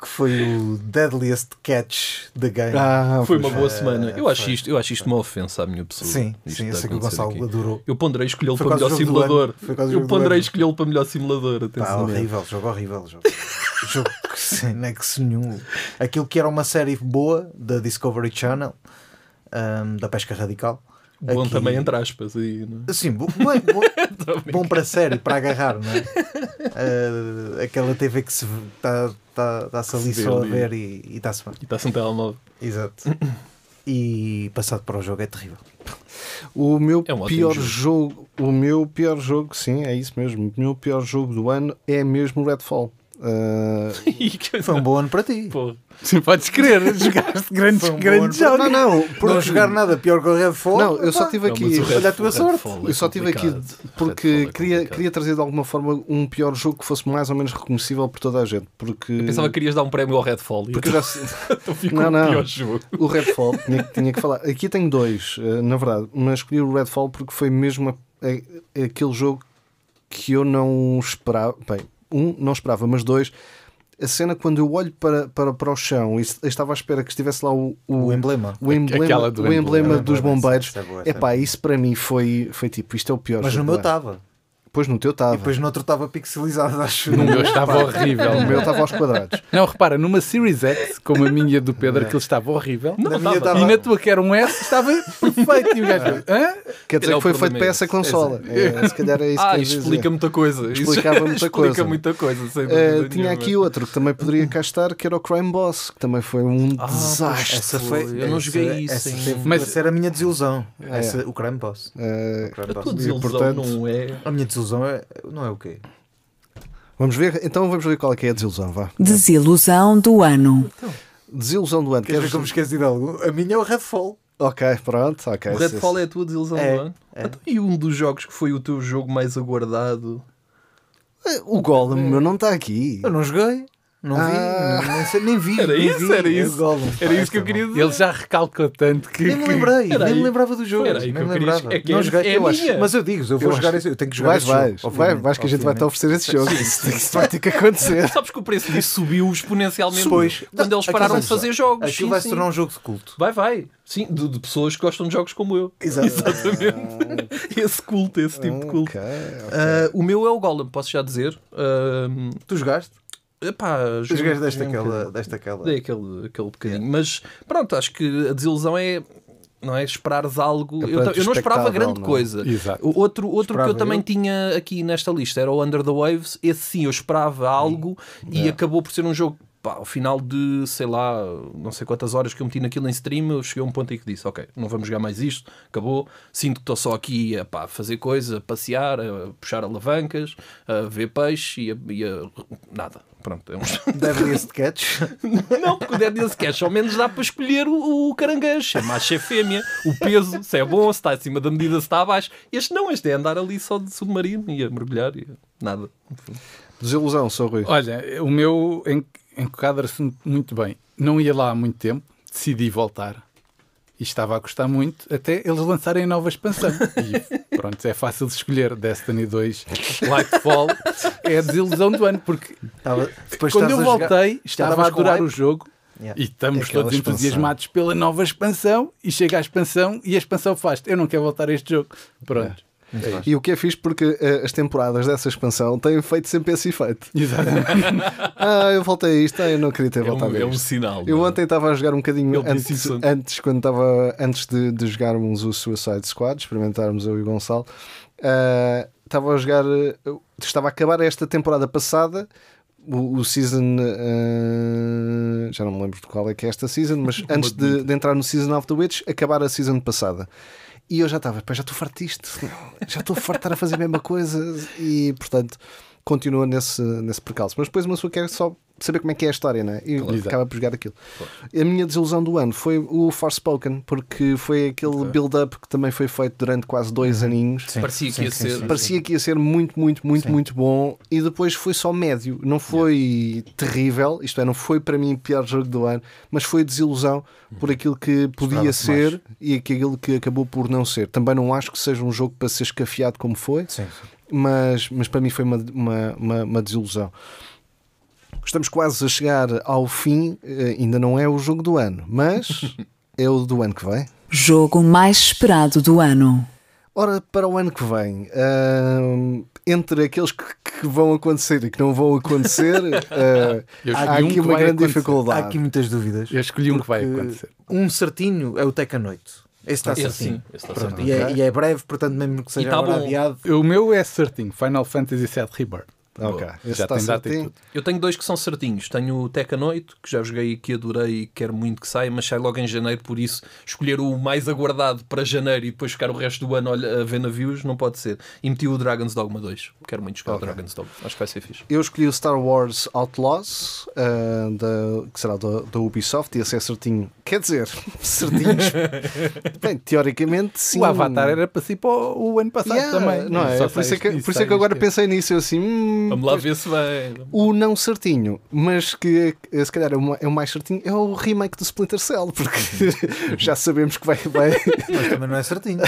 [SPEAKER 5] que foi o Deadliest Catch the Game.
[SPEAKER 2] Ah,
[SPEAKER 3] Foi
[SPEAKER 2] pois.
[SPEAKER 3] uma boa semana. Eu acho isto, eu acho isto uma ofensa à minha pessoa.
[SPEAKER 5] É, sim,
[SPEAKER 3] Isto
[SPEAKER 5] sim, eu
[SPEAKER 3] está
[SPEAKER 5] sei que
[SPEAKER 3] a
[SPEAKER 5] o
[SPEAKER 3] acontecer
[SPEAKER 5] Gonçalo
[SPEAKER 3] aqui.
[SPEAKER 5] adorou.
[SPEAKER 3] Eu ponderei escolhê-lo
[SPEAKER 5] Foi
[SPEAKER 3] para
[SPEAKER 5] quase
[SPEAKER 3] melhor
[SPEAKER 5] o jogo do
[SPEAKER 3] simulador.
[SPEAKER 5] ano. Foi quase o
[SPEAKER 3] Eu
[SPEAKER 5] jogo do
[SPEAKER 3] ponderei
[SPEAKER 5] ano.
[SPEAKER 3] escolhê-lo para melhor simulador.
[SPEAKER 5] Pá,
[SPEAKER 3] Atenção. mesmo.
[SPEAKER 5] Tá horrível, jogo horrível. Jogo, jogo que sem nexo nenhum. Aquilo que era uma série boa da Discovery Channel, ahm, da pesca radical.
[SPEAKER 3] Bom
[SPEAKER 5] Aqui-
[SPEAKER 3] também, entre aspas. Aí, não é?
[SPEAKER 5] Sim, bom, bom, bom, bom para série, para agarrar, não é? Ah, aquela TV que se está tá, tá-se ali
[SPEAKER 6] Se vê
[SPEAKER 5] só a
[SPEAKER 6] ali.
[SPEAKER 5] ver e está-se bem.
[SPEAKER 6] E está-se um telemóvel.
[SPEAKER 5] Exato. E passado para o jogo é terrível.
[SPEAKER 2] O meu
[SPEAKER 3] É um ótimo
[SPEAKER 2] pior
[SPEAKER 3] jogo.
[SPEAKER 2] jogo. o meu pior jogo, sim, é isso mesmo. O meu pior jogo do ano é mesmo Redfall. Ah,
[SPEAKER 6] E que-
[SPEAKER 5] Foi um bom ano para ti.
[SPEAKER 6] Pô,
[SPEAKER 4] Sim, podes crer, jogaste grandes,
[SPEAKER 5] Foi um bom
[SPEAKER 4] grandes
[SPEAKER 5] ano
[SPEAKER 4] jogos.
[SPEAKER 5] para- Não, não, por não jogar nada pior que o Redfall.
[SPEAKER 2] não, eu só
[SPEAKER 5] pá.
[SPEAKER 2] tive
[SPEAKER 6] não,
[SPEAKER 2] aqui.
[SPEAKER 6] mas o Red-
[SPEAKER 5] olha a tua
[SPEAKER 6] o
[SPEAKER 5] sorte.
[SPEAKER 6] Redfall é
[SPEAKER 2] Eu só estive aqui
[SPEAKER 6] complicado. O
[SPEAKER 2] porque
[SPEAKER 6] Redfall é
[SPEAKER 2] queria,
[SPEAKER 6] complicado.
[SPEAKER 2] queria trazer de alguma forma um pior jogo que fosse mais ou menos reconhecível por toda a gente. Porque,
[SPEAKER 6] Pensava que querias dar um prémio ao Redfall.
[SPEAKER 2] porque
[SPEAKER 6] Porque
[SPEAKER 2] eu já se-
[SPEAKER 6] então ficou
[SPEAKER 2] Não, não.
[SPEAKER 6] o pior jogo.
[SPEAKER 2] o Redfall tinha, que- tinha que falar. Aqui tenho dois, eh, na verdade, mas escolhi o Redfall porque foi mesmo a- a- aquele jogo que eu não esperava. Bem, um, não esperava, mas dois, a cena quando eu olho para, para, para o chão e se- eu estava à espera que estivesse lá o, o-
[SPEAKER 5] O emblema.
[SPEAKER 2] o emblema,
[SPEAKER 4] Aquela do
[SPEAKER 2] o emblema
[SPEAKER 5] emblema.
[SPEAKER 2] dos bombeiros.
[SPEAKER 5] Essa é boa, essa
[SPEAKER 2] É
[SPEAKER 5] é
[SPEAKER 2] pá, isso para mim foi, foi tipo, isto é o pior
[SPEAKER 5] Mas no
[SPEAKER 2] jogo.
[SPEAKER 5] meu
[SPEAKER 2] do ano.
[SPEAKER 5] estava.
[SPEAKER 2] Pois no teu
[SPEAKER 5] E
[SPEAKER 2] estava.
[SPEAKER 5] depois no outro estava pixelizado, acho.
[SPEAKER 4] No meu estava horrível.
[SPEAKER 2] O meu estava aos quadrados.
[SPEAKER 4] Não, repara, numa Series X, como a minha do Pedro, aquilo estava horrível.
[SPEAKER 5] Na minha
[SPEAKER 6] tava.
[SPEAKER 5] estava.
[SPEAKER 4] E na tua, que era um S, estava perfeito. E o gajo, hã?
[SPEAKER 2] Quer
[SPEAKER 6] Ele é
[SPEAKER 2] dizer que
[SPEAKER 6] o
[SPEAKER 2] foi feito
[SPEAKER 6] problema
[SPEAKER 2] para
[SPEAKER 6] é
[SPEAKER 2] essa consola. É, se calhar é isso
[SPEAKER 6] Ah,
[SPEAKER 2] que eu ia dizer.
[SPEAKER 6] explica muita coisa. Isso
[SPEAKER 2] Explicava muita coisa.
[SPEAKER 6] Explica muita coisa. sem
[SPEAKER 2] Eh,
[SPEAKER 6] dúvida
[SPEAKER 2] tinha
[SPEAKER 6] nenhuma.
[SPEAKER 2] aqui outro que também poderia cá estar, que era o Crime Boss, que também foi um
[SPEAKER 3] Ah, pois,
[SPEAKER 2] desastre.
[SPEAKER 5] Essa foi.
[SPEAKER 3] Eu não
[SPEAKER 5] essa-
[SPEAKER 3] joguei isso
[SPEAKER 5] Essa,
[SPEAKER 3] em-
[SPEAKER 5] teve-
[SPEAKER 4] Mas-
[SPEAKER 5] essa era a minha desilusão. Essa- o Crime Boss.
[SPEAKER 2] Eh,
[SPEAKER 5] O Crime
[SPEAKER 3] A
[SPEAKER 5] Boss.
[SPEAKER 3] tua desilusão
[SPEAKER 2] portanto-
[SPEAKER 3] não é.
[SPEAKER 5] A minha desilusão é, não é o quê?
[SPEAKER 2] vamos ver, então vamos ver qual é, que é a desilusão, vá.
[SPEAKER 1] Desilusão do ano.
[SPEAKER 2] Desilusão do ano.
[SPEAKER 5] Queres ver
[SPEAKER 2] Queres-
[SPEAKER 5] como esqueci de algo? A minha é o Redfall.
[SPEAKER 2] Ok, pronto, ok.
[SPEAKER 3] O Redfall é a tua desilusão
[SPEAKER 5] É,
[SPEAKER 3] do ano. Então, e um dos jogos que foi o teu jogo mais aguardado?
[SPEAKER 2] O Eh, Golem meu não está aqui.
[SPEAKER 5] Eu não joguei. Não vi, nem- nem, sei- nem vi.
[SPEAKER 3] Era
[SPEAKER 5] nem
[SPEAKER 3] isso,
[SPEAKER 5] vi.
[SPEAKER 3] era isso.
[SPEAKER 5] É Gollum.
[SPEAKER 3] Era isso que eu queria dizer.
[SPEAKER 4] Ele já recalca tanto que.
[SPEAKER 5] Nem me lembrei,
[SPEAKER 3] Era aí.
[SPEAKER 5] nem me lembrava do jogo.
[SPEAKER 3] Era aí que
[SPEAKER 5] Nem me
[SPEAKER 3] eu queria-
[SPEAKER 5] lembrava.
[SPEAKER 3] é que
[SPEAKER 5] Não
[SPEAKER 3] é-
[SPEAKER 5] joguei,
[SPEAKER 3] é
[SPEAKER 5] eu
[SPEAKER 3] minha.
[SPEAKER 5] acho. Mas eu digo, eu vou
[SPEAKER 2] acho-
[SPEAKER 5] jogar esse, eu tenho que jogar
[SPEAKER 2] Vais,
[SPEAKER 5] esse jogo,
[SPEAKER 2] vais, vais,
[SPEAKER 5] obviamente,
[SPEAKER 2] vais que a gente vai te
[SPEAKER 5] obviamente.
[SPEAKER 2] oferecer esse jogo. Isso, isso vai ter que acontecer.
[SPEAKER 3] Sabes que o preço disso subiu exponencialmente
[SPEAKER 5] Pois.
[SPEAKER 3] quando eles
[SPEAKER 5] Aquilo
[SPEAKER 3] pararam de
[SPEAKER 5] vai-
[SPEAKER 3] fazer jogos.
[SPEAKER 5] Aquilo
[SPEAKER 3] Sim,
[SPEAKER 5] vai
[SPEAKER 3] sim.
[SPEAKER 5] se tornar um jogo de culto.
[SPEAKER 3] Vai, vai. Sim, de, de pessoas que gostam de jogos como eu. Exatamente. esse culto, esse tipo de culto. Ah, o meu é o Golem, posso já dizer. Ah,
[SPEAKER 5] Tu jogaste?
[SPEAKER 3] epá, um
[SPEAKER 5] Tu
[SPEAKER 3] joguei-
[SPEAKER 5] jogaste desta aquela. Desta aquela.
[SPEAKER 3] dei aquele, aquele bocadinho. Mas pronto, acho que a desilusão é. Não é? Esperares algo. eu, ta- eu não esperava
[SPEAKER 2] expectável,
[SPEAKER 3] grande
[SPEAKER 2] não é?
[SPEAKER 3] coisa.
[SPEAKER 4] Exato.
[SPEAKER 3] O Outro, outro que
[SPEAKER 5] Esperava
[SPEAKER 3] eu também
[SPEAKER 5] eu.
[SPEAKER 3] tinha aqui nesta lista era o Under the Waves. Esse sim, eu esperava algo e acabou por ser um jogo. Pá, ao final de, sei lá, não sei quantas horas que eu meti naquilo em stream, eu cheguei a um ponto em que disse: Ok, não vamos jogar mais isto, acabou. Sinto que estou só aqui a pá, fazer coisa, a passear, a puxar alavancas, a ver peixe e a. e a- nada. Pronto, é um,
[SPEAKER 5] Deadliest Catch.
[SPEAKER 3] não, porque o Dead Dance Cash ao menos dá para escolher o, o caranguejo, se é macho, se é fêmea, o peso, se é bom, se está acima da medida, se está abaixo. Este não, este é andar ali só de submarino e a mergulhar e a- nada.
[SPEAKER 2] Desilusão, sou Rui.
[SPEAKER 4] Olha, o meu en- enquadra-se muito bem. Não ia lá há muito tempo, decidi voltar. E estava a gostar muito até eles lançarem a nova expansão. E pronto, é fácil de escolher. Destiny 2, Lightfall. É a desilusão do ano, porque
[SPEAKER 5] Estava- depois
[SPEAKER 4] quando
[SPEAKER 5] estás
[SPEAKER 4] eu
[SPEAKER 5] a jogar-
[SPEAKER 4] voltei, estava a
[SPEAKER 5] estavas com
[SPEAKER 4] adorar
[SPEAKER 5] hype?
[SPEAKER 4] o jogo
[SPEAKER 5] Yeah.
[SPEAKER 4] e estamos
[SPEAKER 2] Aquela
[SPEAKER 4] todos
[SPEAKER 2] expansão.
[SPEAKER 4] entusiasmados pela nova expansão. E chega a expansão e a expansão faz Eu não quero voltar a este jogo. Pronto.
[SPEAKER 2] E o que é fixe porque eh, as temporadas dessa expansão têm feito sempre esse efeito.
[SPEAKER 4] Exatamente.
[SPEAKER 2] Ah, eu voltei a isto, ah, eu não queria
[SPEAKER 5] É
[SPEAKER 3] É
[SPEAKER 5] um-
[SPEAKER 2] ter voltado a isto.
[SPEAKER 3] um- sinal. é?
[SPEAKER 2] Eu ontem estava a jogar um bocadinho
[SPEAKER 3] Ele disse
[SPEAKER 2] antes,
[SPEAKER 3] isso ontem.
[SPEAKER 2] antes, quando estava, antes de, de jogarmos o Suicide Squad, experimentarmos eu e o Gonçalo, ah, estava a jogar, ah, eu estava a acabar esta temporada passada, o, o season, ah, já não me lembro de qual é que é esta season, mas antes de, de entrar no season of the Witch, acabar a season passada. E eu já estava, "Pá, já estou farto disto, já estou farto de estar a fazer a mesma coisa e, portanto, continua nesse, nesse percalço. Mas depois uma pessoa quer só saber como é que é a história, né? E acaba por jogar aquilo. A minha desilusão do ano foi o Forspoken, porque foi aquele build-up que também foi feito durante quase dois aninhos.
[SPEAKER 3] Parecia que ia ser.
[SPEAKER 2] Parecia que ia ser muito, muito, muito, muito bom e depois foi só médio. Não foi terrível, isto é, não foi para mim o pior jogo do ano, mas foi desilusão por aquilo que podia
[SPEAKER 5] Esperava-se
[SPEAKER 2] ser e aquilo que acabou por não ser. Também não acho que seja um jogo para ser escafiado como foi,
[SPEAKER 5] Sim,
[SPEAKER 2] mas, mas para mim foi uma, uma, uma, uma desilusão. Estamos quase a chegar ao fim, eh, ainda não é o jogo do ano, mas é o do ano que vem.
[SPEAKER 1] Jogo mais esperado do ano.
[SPEAKER 2] Ora, para o ano que vem, ahm, entre aqueles que, que vão acontecer e que não vão acontecer, ah,
[SPEAKER 4] Eu
[SPEAKER 2] há
[SPEAKER 4] escolhi um
[SPEAKER 2] aqui
[SPEAKER 4] que
[SPEAKER 2] uma
[SPEAKER 4] vai
[SPEAKER 2] grande
[SPEAKER 4] acontecer.
[SPEAKER 5] Há
[SPEAKER 2] dificuldade.
[SPEAKER 5] aqui muitas dúvidas.
[SPEAKER 4] Eu escolhi um que vai
[SPEAKER 5] É. Porque
[SPEAKER 4] acontecer.
[SPEAKER 5] Um certinho é o Teca Noite. Esse está
[SPEAKER 3] Esse
[SPEAKER 5] certinho.
[SPEAKER 3] sim, esse está
[SPEAKER 5] Pronto,
[SPEAKER 3] certinho.
[SPEAKER 5] E, é, e é breve, portanto, mesmo que seja
[SPEAKER 3] tá
[SPEAKER 5] agora
[SPEAKER 3] bom.
[SPEAKER 5] adiado.
[SPEAKER 4] O meu é certinho, Final Fantasy VII Rebirth.
[SPEAKER 2] Ok, esse
[SPEAKER 4] já
[SPEAKER 2] está
[SPEAKER 4] tem data e
[SPEAKER 2] certinho.
[SPEAKER 4] tudo.
[SPEAKER 3] Eu tenho dois que são certinhos. Tenho o Teca Noite, que já joguei e que adorei e quero muito que saia, mas sai logo em janeiro, por isso escolher o mais aguardado para janeiro e depois ficar o resto do ano olha, a ver navios não pode ser. E meti o Dragon's Dogma 2. Quero muito jogar o Dragon's Dogma. Acho que vai ser fixe.
[SPEAKER 2] Eu escolhi o Star Wars Outlaws, ah, da- que será da, da Ubisoft, e esse é certinho. Quer dizer, certinhos. Bem, teoricamente, sim.
[SPEAKER 4] O Avatar era para si para o o ano passado
[SPEAKER 2] Yeah,
[SPEAKER 4] também.
[SPEAKER 2] Não é?
[SPEAKER 4] Só
[SPEAKER 2] Por isso
[SPEAKER 4] sai
[SPEAKER 2] é que,
[SPEAKER 4] este-
[SPEAKER 2] por isso
[SPEAKER 4] sai
[SPEAKER 2] é que eu agora
[SPEAKER 4] este.
[SPEAKER 2] pensei nisso. Eu assim, hum,
[SPEAKER 3] Vamos lá ver se vai.
[SPEAKER 2] O não certinho, mas que eh, se calhar é o ma- é o mais certinho, é o remake do Splinter Cell, porque
[SPEAKER 5] Uhum.
[SPEAKER 2] já sabemos que vai, vai-
[SPEAKER 5] Mas também não é certinho.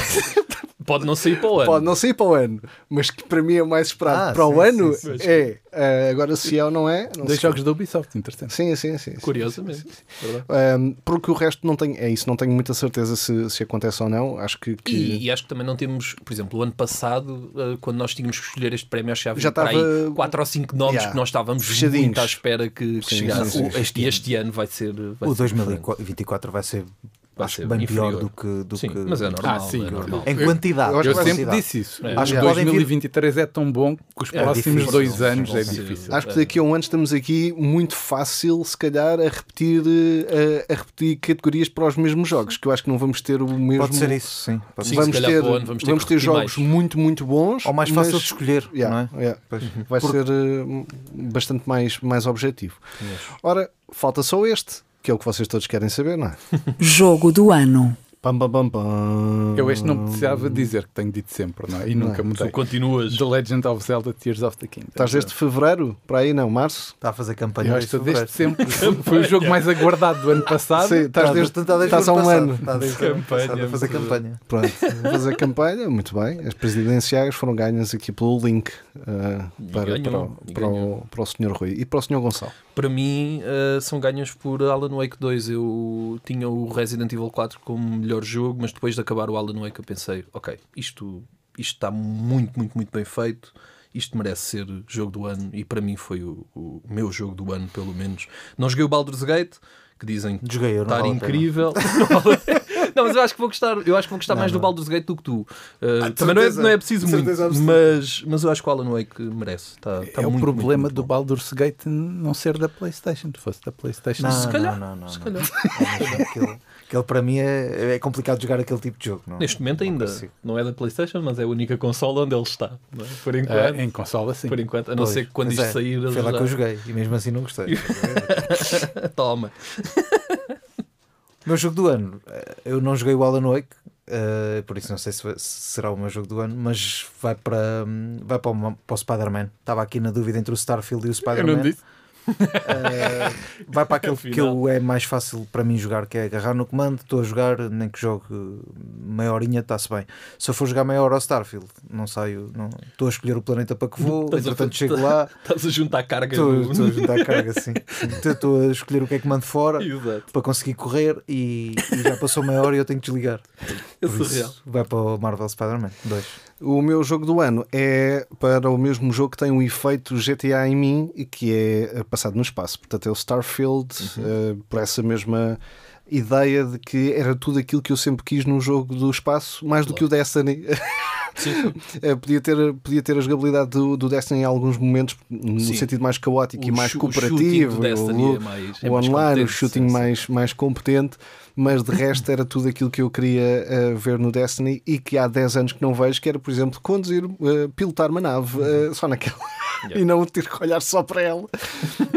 [SPEAKER 3] Pode não sair para o ano.
[SPEAKER 2] pode não sair para o ano, mas que para mim é o mais esperado
[SPEAKER 5] Ah,
[SPEAKER 2] para
[SPEAKER 5] sim,
[SPEAKER 2] o ano
[SPEAKER 5] sim, sim,
[SPEAKER 2] é. eh, agora, se é ou não é, não
[SPEAKER 4] Dois
[SPEAKER 2] sei.
[SPEAKER 4] jogos da Ubisoft, interessante.
[SPEAKER 2] Sim, sim, sim. sim.
[SPEAKER 3] Curiosamente. Verdade.
[SPEAKER 2] Ahm, porque o resto não tenho, é isso, não tenho muita certeza se, se acontece ou não. Acho que, que-
[SPEAKER 3] E, e acho que também não temos, por exemplo, o ano passado, eh, quando nós tínhamos que escolher este prémio, acho que
[SPEAKER 2] Já
[SPEAKER 3] já para aí
[SPEAKER 2] estava-
[SPEAKER 3] 4 ou 5 nomes
[SPEAKER 2] Yeah.
[SPEAKER 3] que nós estávamos
[SPEAKER 2] Fechadinhos.
[SPEAKER 3] muito à espera que, que
[SPEAKER 2] Sim,
[SPEAKER 3] chegasse.
[SPEAKER 2] sim,
[SPEAKER 3] O- Este, este ano vai ser. Vai
[SPEAKER 5] O
[SPEAKER 3] ser diferente.
[SPEAKER 5] 2024 vai ser,
[SPEAKER 3] Vai
[SPEAKER 5] acho,
[SPEAKER 3] ser
[SPEAKER 5] bem pior
[SPEAKER 3] inferior.
[SPEAKER 5] do que. Do
[SPEAKER 3] Sim,
[SPEAKER 5] que...
[SPEAKER 3] mas é normal.
[SPEAKER 4] Ah, sim,
[SPEAKER 3] é normal.
[SPEAKER 5] Em quantidade.
[SPEAKER 2] Eu acho
[SPEAKER 4] Eu
[SPEAKER 2] que vai
[SPEAKER 4] sempre
[SPEAKER 5] quantidade.
[SPEAKER 4] disse isso.
[SPEAKER 3] É.
[SPEAKER 4] O
[SPEAKER 5] Acho que podem vir-
[SPEAKER 4] 2023 é tão bom que os próximos
[SPEAKER 5] difícil.
[SPEAKER 4] dois anos é
[SPEAKER 3] Sim.
[SPEAKER 4] difícil.
[SPEAKER 2] Acho que daqui a um ano estamos aqui muito fácil, se calhar, a repetir, eh, a, a repetir categorias para os mesmos jogos, que eu acho que não vamos ter o mesmo.
[SPEAKER 5] Pode ser isso, sim. Pode
[SPEAKER 3] Sim, se
[SPEAKER 5] ser.
[SPEAKER 2] vamos,
[SPEAKER 3] calhar
[SPEAKER 2] ter,
[SPEAKER 3] para o ano
[SPEAKER 2] vamos
[SPEAKER 3] vamos
[SPEAKER 2] ter,
[SPEAKER 3] ter que repetir
[SPEAKER 2] jogos
[SPEAKER 3] mais.
[SPEAKER 2] muito, muito bons.
[SPEAKER 5] Ou mais fácil
[SPEAKER 2] mas-
[SPEAKER 5] de escolher,
[SPEAKER 2] Yeah,
[SPEAKER 5] não é?
[SPEAKER 2] yeah.
[SPEAKER 5] Pois.
[SPEAKER 2] Vai
[SPEAKER 5] Porque-
[SPEAKER 2] ser eh, bastante mais, mais objetivo. Ora, falta só este, que é o que vocês todos querem saber, não é?
[SPEAKER 1] Jogo do ano.
[SPEAKER 2] Pam, pam, pam, pam.
[SPEAKER 4] Eu este não precisava dizer que tenho dito sempre, não é? E nunca mudei.
[SPEAKER 3] Tu continuas.
[SPEAKER 4] The Legend of Zelda Tears of the Kingdom.
[SPEAKER 2] Estás desde fevereiro? Para aí não, março?
[SPEAKER 5] Está a fazer campanha.
[SPEAKER 4] Eu
[SPEAKER 5] desde
[SPEAKER 4] estou desde
[SPEAKER 5] fevereiro.
[SPEAKER 4] sempre. Foi o jogo mais aguardado do ano passado.
[SPEAKER 2] Sim, estás
[SPEAKER 5] Está,
[SPEAKER 2] desde.
[SPEAKER 5] está Tá, desde
[SPEAKER 2] Estás há
[SPEAKER 5] ano
[SPEAKER 2] um
[SPEAKER 5] passado.
[SPEAKER 2] ano.
[SPEAKER 5] Está desde ano
[SPEAKER 3] Campanha,
[SPEAKER 5] passado a fazer
[SPEAKER 3] muito
[SPEAKER 5] campanha.
[SPEAKER 2] Pronto, fazer a campanha, muito bem. As presidenciais foram ganhas aqui pelo link ah, para, para,
[SPEAKER 3] ganhou,
[SPEAKER 2] o-
[SPEAKER 3] e
[SPEAKER 2] para, o,
[SPEAKER 3] ganhou.
[SPEAKER 2] para o Sr. Rui e para o Sr. Gonçalo.
[SPEAKER 3] Para mim, eh, são ganhos por Alan Wake 2. Eu tinha o Resident Evil 4 como melhor jogo, mas depois de acabar o Alan Wake, eu pensei: ok, isto, isto está muito, muito, muito bem feito. Isto merece ser jogo do ano e para mim foi o, o meu jogo do ano, pelo menos. Não joguei o Baldur's Gate, que dizem que
[SPEAKER 5] Joguei, eu não
[SPEAKER 3] estar
[SPEAKER 5] vale a pena.
[SPEAKER 3] incrível. Não vale- Não, mas eu acho que vou gostar, eu acho que vou gostar mais do Baldur's Gate do que tu. Eh, também não é,
[SPEAKER 5] certeza.
[SPEAKER 3] não é preciso
[SPEAKER 5] Ah, De
[SPEAKER 3] muito,
[SPEAKER 5] certeza
[SPEAKER 3] mas, mas eu acho que o Alan Wake merece. Está, está Tá
[SPEAKER 4] é
[SPEAKER 3] muito,
[SPEAKER 4] o
[SPEAKER 3] muito,
[SPEAKER 4] problema
[SPEAKER 3] muito
[SPEAKER 4] do
[SPEAKER 3] bom.
[SPEAKER 4] Baldur's Gate não ser da PlayStation. Se fosse da PlayStation,
[SPEAKER 5] Não,
[SPEAKER 4] se
[SPEAKER 3] calhar,
[SPEAKER 5] não, não, não,
[SPEAKER 3] se
[SPEAKER 5] não.
[SPEAKER 3] calhar.
[SPEAKER 5] É, mas aquele, aquele para mim é, é complicado jogar aquele tipo de jogo. Não,
[SPEAKER 3] Neste momento
[SPEAKER 5] não
[SPEAKER 3] ainda
[SPEAKER 5] consigo.
[SPEAKER 3] não é da Playstation, mas é a única consola onde ele está. não é? Por
[SPEAKER 4] Ah,
[SPEAKER 3] enquanto.
[SPEAKER 4] em consola, sim.
[SPEAKER 3] por enquanto, a não
[SPEAKER 5] Pois,
[SPEAKER 3] ser que quando
[SPEAKER 5] mas
[SPEAKER 3] isto
[SPEAKER 5] é,
[SPEAKER 3] sair, ele
[SPEAKER 5] Foi lá
[SPEAKER 3] já-
[SPEAKER 5] que eu joguei e mesmo assim não gostei.
[SPEAKER 3] "Ah, toma.
[SPEAKER 5] O meu jogo do ano, eh, eu não joguei o Alan Wake, eh, por isso não sei se, vai- se será o meu jogo do ano, mas vai para, hum, vai para, o, para o Spider-Man. Estava aqui na dúvida entre o Starfield e o
[SPEAKER 4] Eu não
[SPEAKER 5] Spider-Man.
[SPEAKER 4] disse.
[SPEAKER 5] Eh, vai para aquele que eu é mais fácil para mim jogar, que é agarrar no comando, estou a jogar, nem que jogue meia horinha, está-se bem. Se eu for jogar meia hora ao Starfield, não saio, não, estou a escolher o planeta para que vou,
[SPEAKER 3] Estás a-
[SPEAKER 5] entretanto chego lá,
[SPEAKER 3] Estás a juntar carga
[SPEAKER 5] estou,
[SPEAKER 3] do-
[SPEAKER 5] estou a juntar a carga, sim. Então, Estou a escolher o que é que mando fora
[SPEAKER 3] Exato.
[SPEAKER 5] para conseguir correr e, e já passou meia hora e eu tenho que desligar.
[SPEAKER 3] É
[SPEAKER 5] Por isso,
[SPEAKER 3] surreal.
[SPEAKER 5] Vai para o Marvel Spider-Man 2.
[SPEAKER 2] O meu jogo do ano é para o mesmo jogo que tem um efeito GTA em mim e que é eh, passado no espaço. Portanto, é o Starfield,
[SPEAKER 3] Uhum.
[SPEAKER 2] eh, por essa mesma ideia de que era tudo aquilo que eu sempre quis num jogo do espaço, mais do que o Destiny. Eh, podia, ter, podia ter a jogabilidade do, do Destiny em alguns momentos, no
[SPEAKER 3] Sim.
[SPEAKER 2] sentido mais caótico e
[SPEAKER 3] O
[SPEAKER 2] mais
[SPEAKER 3] chu- o shooting
[SPEAKER 2] cooperativo.
[SPEAKER 3] do
[SPEAKER 2] e
[SPEAKER 3] Destiny
[SPEAKER 2] o-
[SPEAKER 3] é mais-
[SPEAKER 2] o
[SPEAKER 3] é mais
[SPEAKER 2] online, o
[SPEAKER 3] competente,
[SPEAKER 2] shooting
[SPEAKER 3] sim, sim.
[SPEAKER 2] mais, mais competente, mas de resto era tudo aquilo que eu queria eh, ver no Destiny e que há 10 anos que não vejo, que era, por exemplo, conduzir, eh, pilotar uma nave
[SPEAKER 3] Uhum.
[SPEAKER 2] eh, só naquela e não ter que olhar só para ela.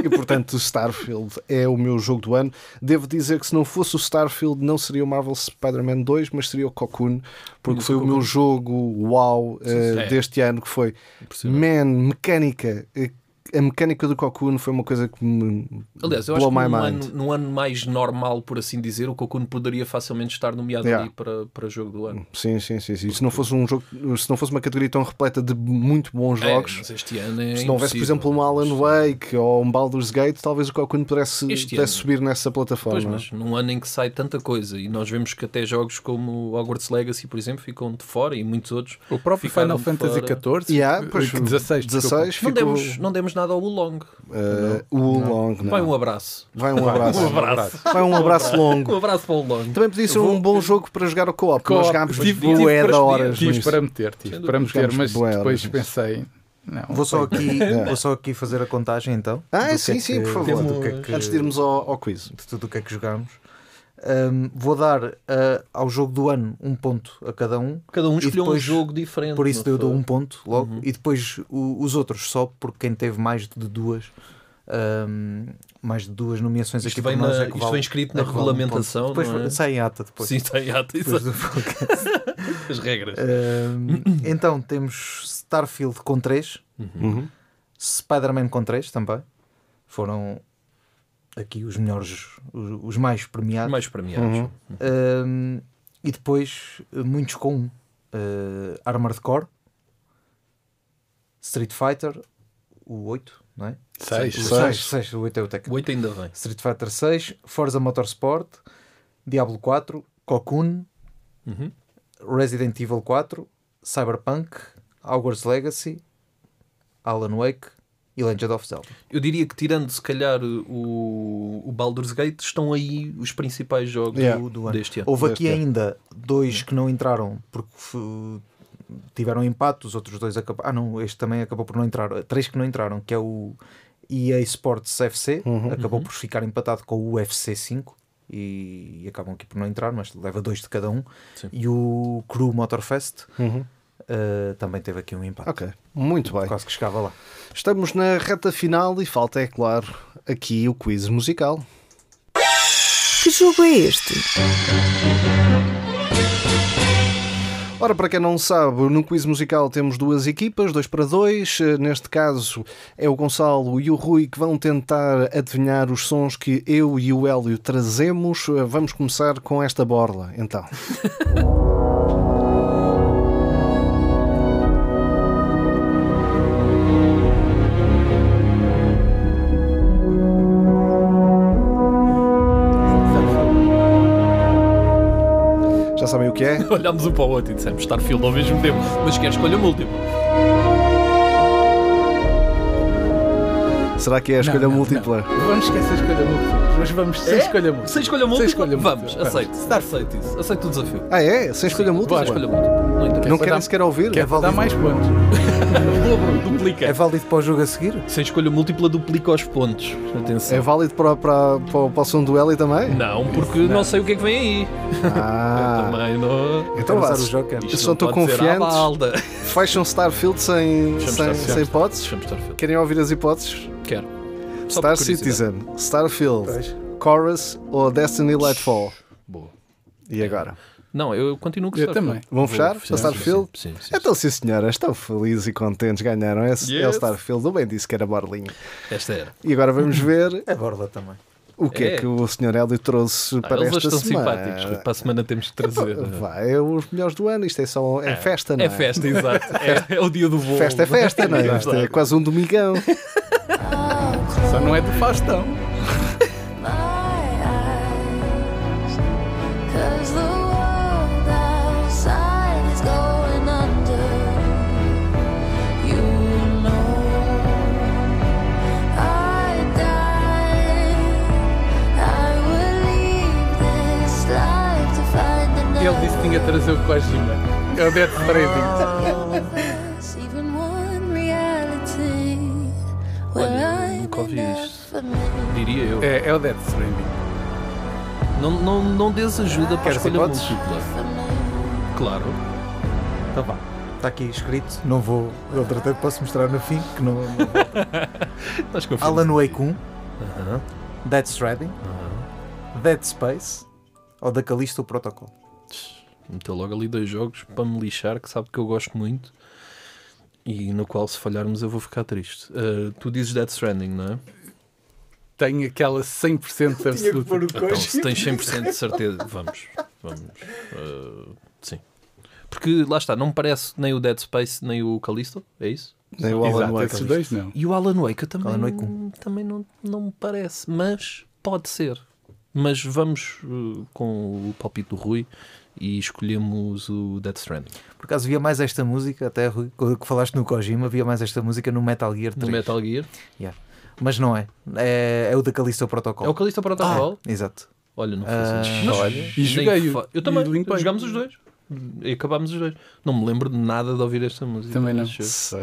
[SPEAKER 2] E portanto, o Starfield é o meu jogo do ano. Devo dizer que se não fosse o Starfield, não seria o Marvel Spider-Man 2, mas seria o Cocoon, porque foi o meu jogo wow eh,
[SPEAKER 3] sim. É.
[SPEAKER 2] deste ano que foi Man, mecânica. eh, A mecânica do Cocoon foi uma coisa que me
[SPEAKER 3] Aliás, eu
[SPEAKER 2] blow
[SPEAKER 3] acho que
[SPEAKER 2] my
[SPEAKER 3] num
[SPEAKER 2] mind.
[SPEAKER 3] ano, num ano mais normal, por assim dizer, o Cocoon poderia facilmente estar nomeado
[SPEAKER 2] Yeah.
[SPEAKER 3] ali para, para jogo do
[SPEAKER 5] Hum.
[SPEAKER 3] ano.
[SPEAKER 2] Sim, sim, sim, sim. Se não fosse um jogo, se não fosse uma categoria tão repleta de muito bons
[SPEAKER 3] É,
[SPEAKER 2] jogos,
[SPEAKER 3] mas este ano é
[SPEAKER 2] se não houvesse, por
[SPEAKER 3] impossível,
[SPEAKER 2] exemplo, um Alan
[SPEAKER 3] mas-
[SPEAKER 2] Wake ou um Baldur's Gate, talvez o Cocoon pudesse,
[SPEAKER 3] Este
[SPEAKER 2] pudesse
[SPEAKER 3] ano.
[SPEAKER 2] subir nessa plataforma.
[SPEAKER 3] Pois, mas
[SPEAKER 5] é?
[SPEAKER 3] num ano em que sai tanta coisa e nós vemos que até jogos como Hogwarts Legacy, por exemplo, ficam de fora e muitos outros.
[SPEAKER 4] O próprio
[SPEAKER 3] ficaram
[SPEAKER 4] Final
[SPEAKER 3] de
[SPEAKER 4] Fantasy
[SPEAKER 3] fora.
[SPEAKER 4] XIV,
[SPEAKER 2] Yeah,
[SPEAKER 4] eh,
[SPEAKER 2] pois,
[SPEAKER 4] que 16, desculpa.
[SPEAKER 2] 16 ficou
[SPEAKER 3] Não demos, não demos nada ao Wulong.
[SPEAKER 2] eh, o long. não.
[SPEAKER 3] Vai um abraço.
[SPEAKER 2] Vai um abraço.
[SPEAKER 4] Um abraço.
[SPEAKER 2] Vai um abraço
[SPEAKER 3] Um
[SPEAKER 2] longo.
[SPEAKER 3] abraço para o Wulong.
[SPEAKER 5] Então,
[SPEAKER 2] Também podia ser um bom jogo para jogar o co-op.
[SPEAKER 4] Co-op.
[SPEAKER 2] Nós jogámos
[SPEAKER 4] Tive-
[SPEAKER 2] bué
[SPEAKER 3] tive
[SPEAKER 2] de
[SPEAKER 3] para
[SPEAKER 2] horas.
[SPEAKER 4] Tive
[SPEAKER 2] nisso.
[SPEAKER 4] para meter, tive para meter,
[SPEAKER 2] Ficamos
[SPEAKER 4] mas
[SPEAKER 2] bué horas
[SPEAKER 4] depois
[SPEAKER 2] nisso.
[SPEAKER 4] pensei. Não,
[SPEAKER 5] Vou só, aqui, vou só aqui fazer a contagem então.
[SPEAKER 2] É. Ah,
[SPEAKER 5] do que é
[SPEAKER 2] sim, sim,
[SPEAKER 5] que-
[SPEAKER 2] por favor.
[SPEAKER 5] do que é que-
[SPEAKER 2] Antes de irmos ao, ao quiz.
[SPEAKER 5] de tudo o que é que jogámos. Ahm, vou dar ah, ao jogo do ano um ponto a cada um.
[SPEAKER 3] Cada um
[SPEAKER 5] E
[SPEAKER 3] escolheu um
[SPEAKER 5] depois-
[SPEAKER 3] jogo diferente.
[SPEAKER 5] Por isso
[SPEAKER 3] não
[SPEAKER 5] eu dou
[SPEAKER 3] foi?
[SPEAKER 5] um ponto logo.
[SPEAKER 3] Uhum.
[SPEAKER 5] E depois o- os outros só, porque quem teve mais de duas. ahm, mais de duas nomeações
[SPEAKER 3] Isto
[SPEAKER 5] aqui
[SPEAKER 3] vem
[SPEAKER 5] por nós
[SPEAKER 3] na-
[SPEAKER 5] é que
[SPEAKER 3] isto
[SPEAKER 5] vale-
[SPEAKER 3] vem escrito na
[SPEAKER 5] é que vale um ponto.
[SPEAKER 3] regulamentação,
[SPEAKER 5] depois
[SPEAKER 3] não é?
[SPEAKER 5] sai em ata depois.
[SPEAKER 3] Sim, está em ata,
[SPEAKER 5] Depois É.
[SPEAKER 3] exato.
[SPEAKER 5] do podcast.
[SPEAKER 3] as regras.
[SPEAKER 5] Ahm, então temos Starfield com 3,
[SPEAKER 3] Uhum.
[SPEAKER 5] Spider-Man com 3 também. Foram aqui os melhores, os, os mais premiados.
[SPEAKER 3] Mais premiados.
[SPEAKER 5] Uhum. Ahm, e depois eh, muitos com 1. Uh, Armored Core, Street Fighter, o 8, não é?
[SPEAKER 4] 6.
[SPEAKER 5] O 6, 6 o 8 é o técnico.
[SPEAKER 3] O 8 ainda vem.
[SPEAKER 5] Street Fighter 6, Forza Motorsport, Diablo 4, Cocoon, Resident Evil 4, Cyberpunk, Hogwarts Legacy, Alan Wake e Legend of Zelda.
[SPEAKER 3] Eu diria que, tirando se calhar o, o Baldur's Gate, estão aí os principais jogos
[SPEAKER 2] Yeah.
[SPEAKER 3] do,
[SPEAKER 5] do ano.
[SPEAKER 3] deste ano.
[SPEAKER 5] Houve
[SPEAKER 2] Deste
[SPEAKER 5] aqui
[SPEAKER 2] ano.
[SPEAKER 5] ainda dois que não entraram porque fu- tiveram empate, os outros dois acabaram. Ah, não, este também acabou por não entrar. Três que não entraram, que é o EA Sports FC, acabou por ficar empatado com o UFC 5 e, e acabam aqui por não entrar, mas leva dois de cada um. E o Crew Motorfest eh, também teve aqui um empate.
[SPEAKER 2] Ok, muito bem.
[SPEAKER 5] Quase que chegava lá.
[SPEAKER 2] Estamos na reta final e falta, é claro, aqui o quiz musical.
[SPEAKER 1] Que jogo é este?
[SPEAKER 2] Ora, para quem não sabe, no quiz musical temos duas equipas, dois para dois. Eh, Neste caso é o Gonçalo e o Rui que vão tentar adivinhar os sons que eu e o Hélio trazemos. Eh, Vamos começar com esta borla, então. Já sabem o que é?
[SPEAKER 3] Olhámos um para o outro e dissemos Starfield ao mesmo tempo, mas quer escolher o último.
[SPEAKER 2] Será que é a escolha múltipla?
[SPEAKER 4] Vamos esquecer a escolha múltipla. Mas vamos sem escolha múltipla.
[SPEAKER 3] É? Sem escolha múltipla?
[SPEAKER 4] É? Sem escolha múltipla.
[SPEAKER 3] Vamos, aceito. Está aceito isso. Aceito o desafio.
[SPEAKER 2] Ah, é? Sem escolha múltipla?
[SPEAKER 3] Sem escolha múltipla. Não interessa.
[SPEAKER 2] Não
[SPEAKER 3] Dá-
[SPEAKER 2] querem sequer ouvir?
[SPEAKER 4] Quer dar mais pontos.
[SPEAKER 5] É
[SPEAKER 3] Duplica.
[SPEAKER 5] válido para o jogo a seguir?
[SPEAKER 3] Sem escolha múltipla, duplica os pontos. Atenção.
[SPEAKER 2] É válido para, para, para, para o som do Hélio também?
[SPEAKER 3] Não, porque não. sei o que é que vem aí.
[SPEAKER 2] Ah,
[SPEAKER 3] Também não.
[SPEAKER 2] então vá.
[SPEAKER 5] Usar o Joker.
[SPEAKER 3] Isto
[SPEAKER 2] só
[SPEAKER 3] não
[SPEAKER 2] estou
[SPEAKER 3] pode ser à
[SPEAKER 2] confiante.
[SPEAKER 3] balda.
[SPEAKER 2] Fecham Starfield sem,
[SPEAKER 3] Fechamos
[SPEAKER 2] sem,
[SPEAKER 3] Starfield.
[SPEAKER 2] sem hipóteses?
[SPEAKER 3] Deixa-me Starfield.
[SPEAKER 2] Querem ouvir as hipóteses?
[SPEAKER 3] Quero. Só
[SPEAKER 2] Star
[SPEAKER 3] por curiosidade.
[SPEAKER 2] Citizen, Starfield, Chorus ou Destiny Lightfall?
[SPEAKER 3] Boa.
[SPEAKER 2] E agora?
[SPEAKER 3] Não, eu continuo com
[SPEAKER 4] Eu
[SPEAKER 3] Starfield.
[SPEAKER 4] também.
[SPEAKER 2] Vão fechar? Para
[SPEAKER 3] Sim, sim,
[SPEAKER 2] Starfield?
[SPEAKER 3] Sim, sim. sim.
[SPEAKER 2] Então, sim, senhora, estão felizes e contentes, ganharam. É, é o
[SPEAKER 3] Yes.
[SPEAKER 2] Starfield, eu bem disse que era Borlinho.
[SPEAKER 3] Esta era.
[SPEAKER 2] E agora vamos ver
[SPEAKER 5] É borla também.
[SPEAKER 2] o que é,
[SPEAKER 3] É.
[SPEAKER 2] que o Sr. Hélio trouxe
[SPEAKER 3] Ah,
[SPEAKER 2] para
[SPEAKER 3] eles
[SPEAKER 2] esta
[SPEAKER 3] estão
[SPEAKER 2] semana.
[SPEAKER 3] simpáticos. Para a semana temos de trazer.
[SPEAKER 2] Vai, é os melhores do ano, isto é só é festa, não é?
[SPEAKER 3] É festa, exato. É, é o dia do voo.
[SPEAKER 2] Festa é festa, não é? Isto é quase um domingão.
[SPEAKER 4] Só não é do Faustão.
[SPEAKER 8] my eyes. 'Cause the world outside is going under. You know I died. I would leave this life to find
[SPEAKER 4] Ele E disse que tinha de
[SPEAKER 8] another.
[SPEAKER 4] trazer o Kojima. É o Death Stranding.
[SPEAKER 8] There's even one reality where
[SPEAKER 3] Olha,
[SPEAKER 8] I'm
[SPEAKER 3] nunca ouvi
[SPEAKER 8] enough
[SPEAKER 3] isto.
[SPEAKER 8] for me.
[SPEAKER 3] Diria eu.
[SPEAKER 4] É, é o Death Stranding.
[SPEAKER 3] Não, não, não des
[SPEAKER 2] Ah,
[SPEAKER 3] ajuda para a
[SPEAKER 5] Queres
[SPEAKER 3] escolha
[SPEAKER 5] hipóteses?
[SPEAKER 3] múltipla. Claro.
[SPEAKER 5] Tá vá. Está aqui escrito. Não vou. Eu tratei, posso mostrar no fim que não. não-
[SPEAKER 3] Estás confuso.
[SPEAKER 5] Alan Wake 1. Dead Stranding. Dead Space. Ou da Calista o Protocol.
[SPEAKER 3] Meteu logo ali dois jogos para me lixar, que sabe que eu gosto muito. E no qual, se falharmos, eu vou ficar triste. Ah, tu dizes Dead Stranding, não é?
[SPEAKER 4] Tem aquela 100% absoluta.
[SPEAKER 3] Então, se tens 100% de certeza, vamos. Vamos. Ah, sim. Porque lá está, não me parece nem o Dead Space nem o Callisto, é isso?
[SPEAKER 2] Nem o Alan
[SPEAKER 4] Exato,
[SPEAKER 2] Wake.
[SPEAKER 4] esses dois não.
[SPEAKER 3] E o Alan Wake eu também,
[SPEAKER 5] Alan Wake um.
[SPEAKER 3] também não, não me parece, mas pode ser. Mas vamos uh, com o palpite do Rui e escolhemos o Death Stranding.
[SPEAKER 5] Por acaso via mais esta música, até Rui, que que falaste no Kojima, via mais esta música no Metal Gear 3.
[SPEAKER 3] No Metal Gear.
[SPEAKER 5] Yeah. Mas não é. É, é o da Calista o
[SPEAKER 3] É o
[SPEAKER 5] Protocol. É,
[SPEAKER 3] Calista Protocol?
[SPEAKER 5] Exato.
[SPEAKER 3] Olha, não
[SPEAKER 5] Ah,
[SPEAKER 3] fez isso.
[SPEAKER 4] olha, e joguei-o.
[SPEAKER 3] Eu também.
[SPEAKER 4] E limpei.
[SPEAKER 3] Jogámos os dois. E acabámos os dois. Não me lembro de nada de ouvir esta música.
[SPEAKER 4] Também não.
[SPEAKER 3] Deixa eu-
[SPEAKER 2] Será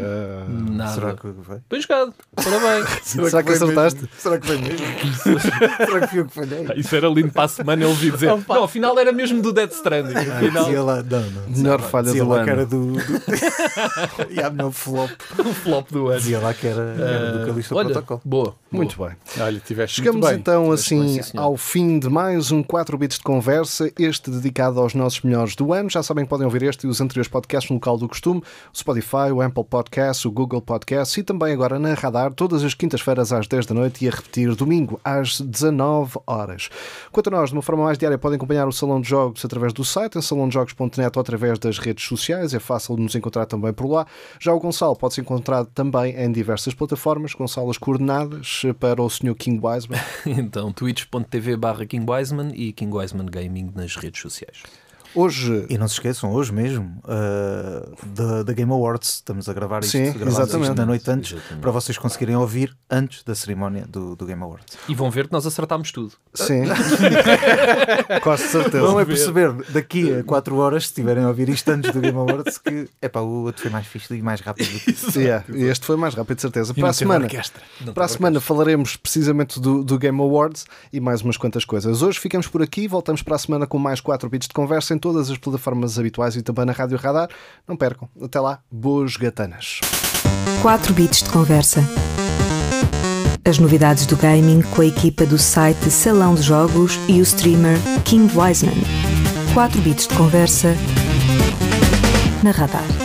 [SPEAKER 3] Nada.
[SPEAKER 5] Ah, Será que vai?
[SPEAKER 3] Bem jogado. Parabéns.
[SPEAKER 2] que acertaste?
[SPEAKER 5] Será que foi mesmo? Será que fui eu que falhei?
[SPEAKER 3] isso era lindo para a semana ele vi dizer. não, afinal era mesmo do Death Stranding. Afinal,
[SPEAKER 5] Ah, Dizia lá, não, não.
[SPEAKER 2] Melhor falha
[SPEAKER 5] Dizia
[SPEAKER 2] do
[SPEAKER 5] lá que era
[SPEAKER 2] ano.
[SPEAKER 5] do. do- e a meu flop.
[SPEAKER 3] o flop do ano. Ah,
[SPEAKER 5] Dizia lá que era, era do Calixto
[SPEAKER 3] Olha,
[SPEAKER 5] Protocol.
[SPEAKER 3] Boa.
[SPEAKER 2] Muito bem.
[SPEAKER 4] Olha, tiveste
[SPEAKER 2] Chegamos
[SPEAKER 4] muito bem.
[SPEAKER 2] então assim
[SPEAKER 3] bem, sim, senhor.
[SPEAKER 2] ao fim de mais um 4 bits de conversa, este dedicado aos nossos melhores do ano. Já sabem que podem ouvir este e os anteriores podcasts no local do costume, o Spotify, o Apple Podcast, o Google Podcast e também agora na Radar, todas as quintas-feiras às 10 da noite e a repetir domingo às 19 horas. Quanto a nós, de uma forma mais diária, podem acompanhar o Salão de Jogos através do site, em salondejogos.net ou através das redes sociais, é fácil de nos encontrar também por lá. Já o Gonçalo pode ser encontrado também em diversas plataformas, Gonçalo as coordenadas eh, para o Sr. King Wiseman.
[SPEAKER 3] Então, twitch.tv barra King Wiseman e King Wiseman Gaming nas redes sociais.
[SPEAKER 2] Hoje,
[SPEAKER 5] E não se esqueçam, hoje mesmo, uh, da, da Game Awards, estamos a gravar isto,
[SPEAKER 2] Sim,
[SPEAKER 5] gravámos
[SPEAKER 2] exatamente.
[SPEAKER 5] isto da noite antes, para vocês conseguirem ouvir antes da cerimónia do, do Game Awards.
[SPEAKER 3] E vão ver que nós acertámos tudo.
[SPEAKER 2] sim. Quase certeza.
[SPEAKER 5] Vão é perceber daqui a 4 horas, se estiverem a ouvir isto antes do Game Awards, que epá, o outro foi mais fixe e mais rápido do que isso.
[SPEAKER 2] Yeah, e este foi mais rápido, de certeza. para a semana, para a
[SPEAKER 3] teve
[SPEAKER 2] semana falaremos precisamente do, do Game Awards e mais umas quantas coisas. Hoje ficamos por aqui, voltamos para a semana com mais 4 bits de conversa em todas as plataformas habituais e também na Rádio Radar. Não percam. Até lá, boas gatanas.
[SPEAKER 1] 4 bits de conversa. As novidades do gaming com a equipa do site Salão de Jogos e o streamer King Wiseman. 4 bits de conversa na radar.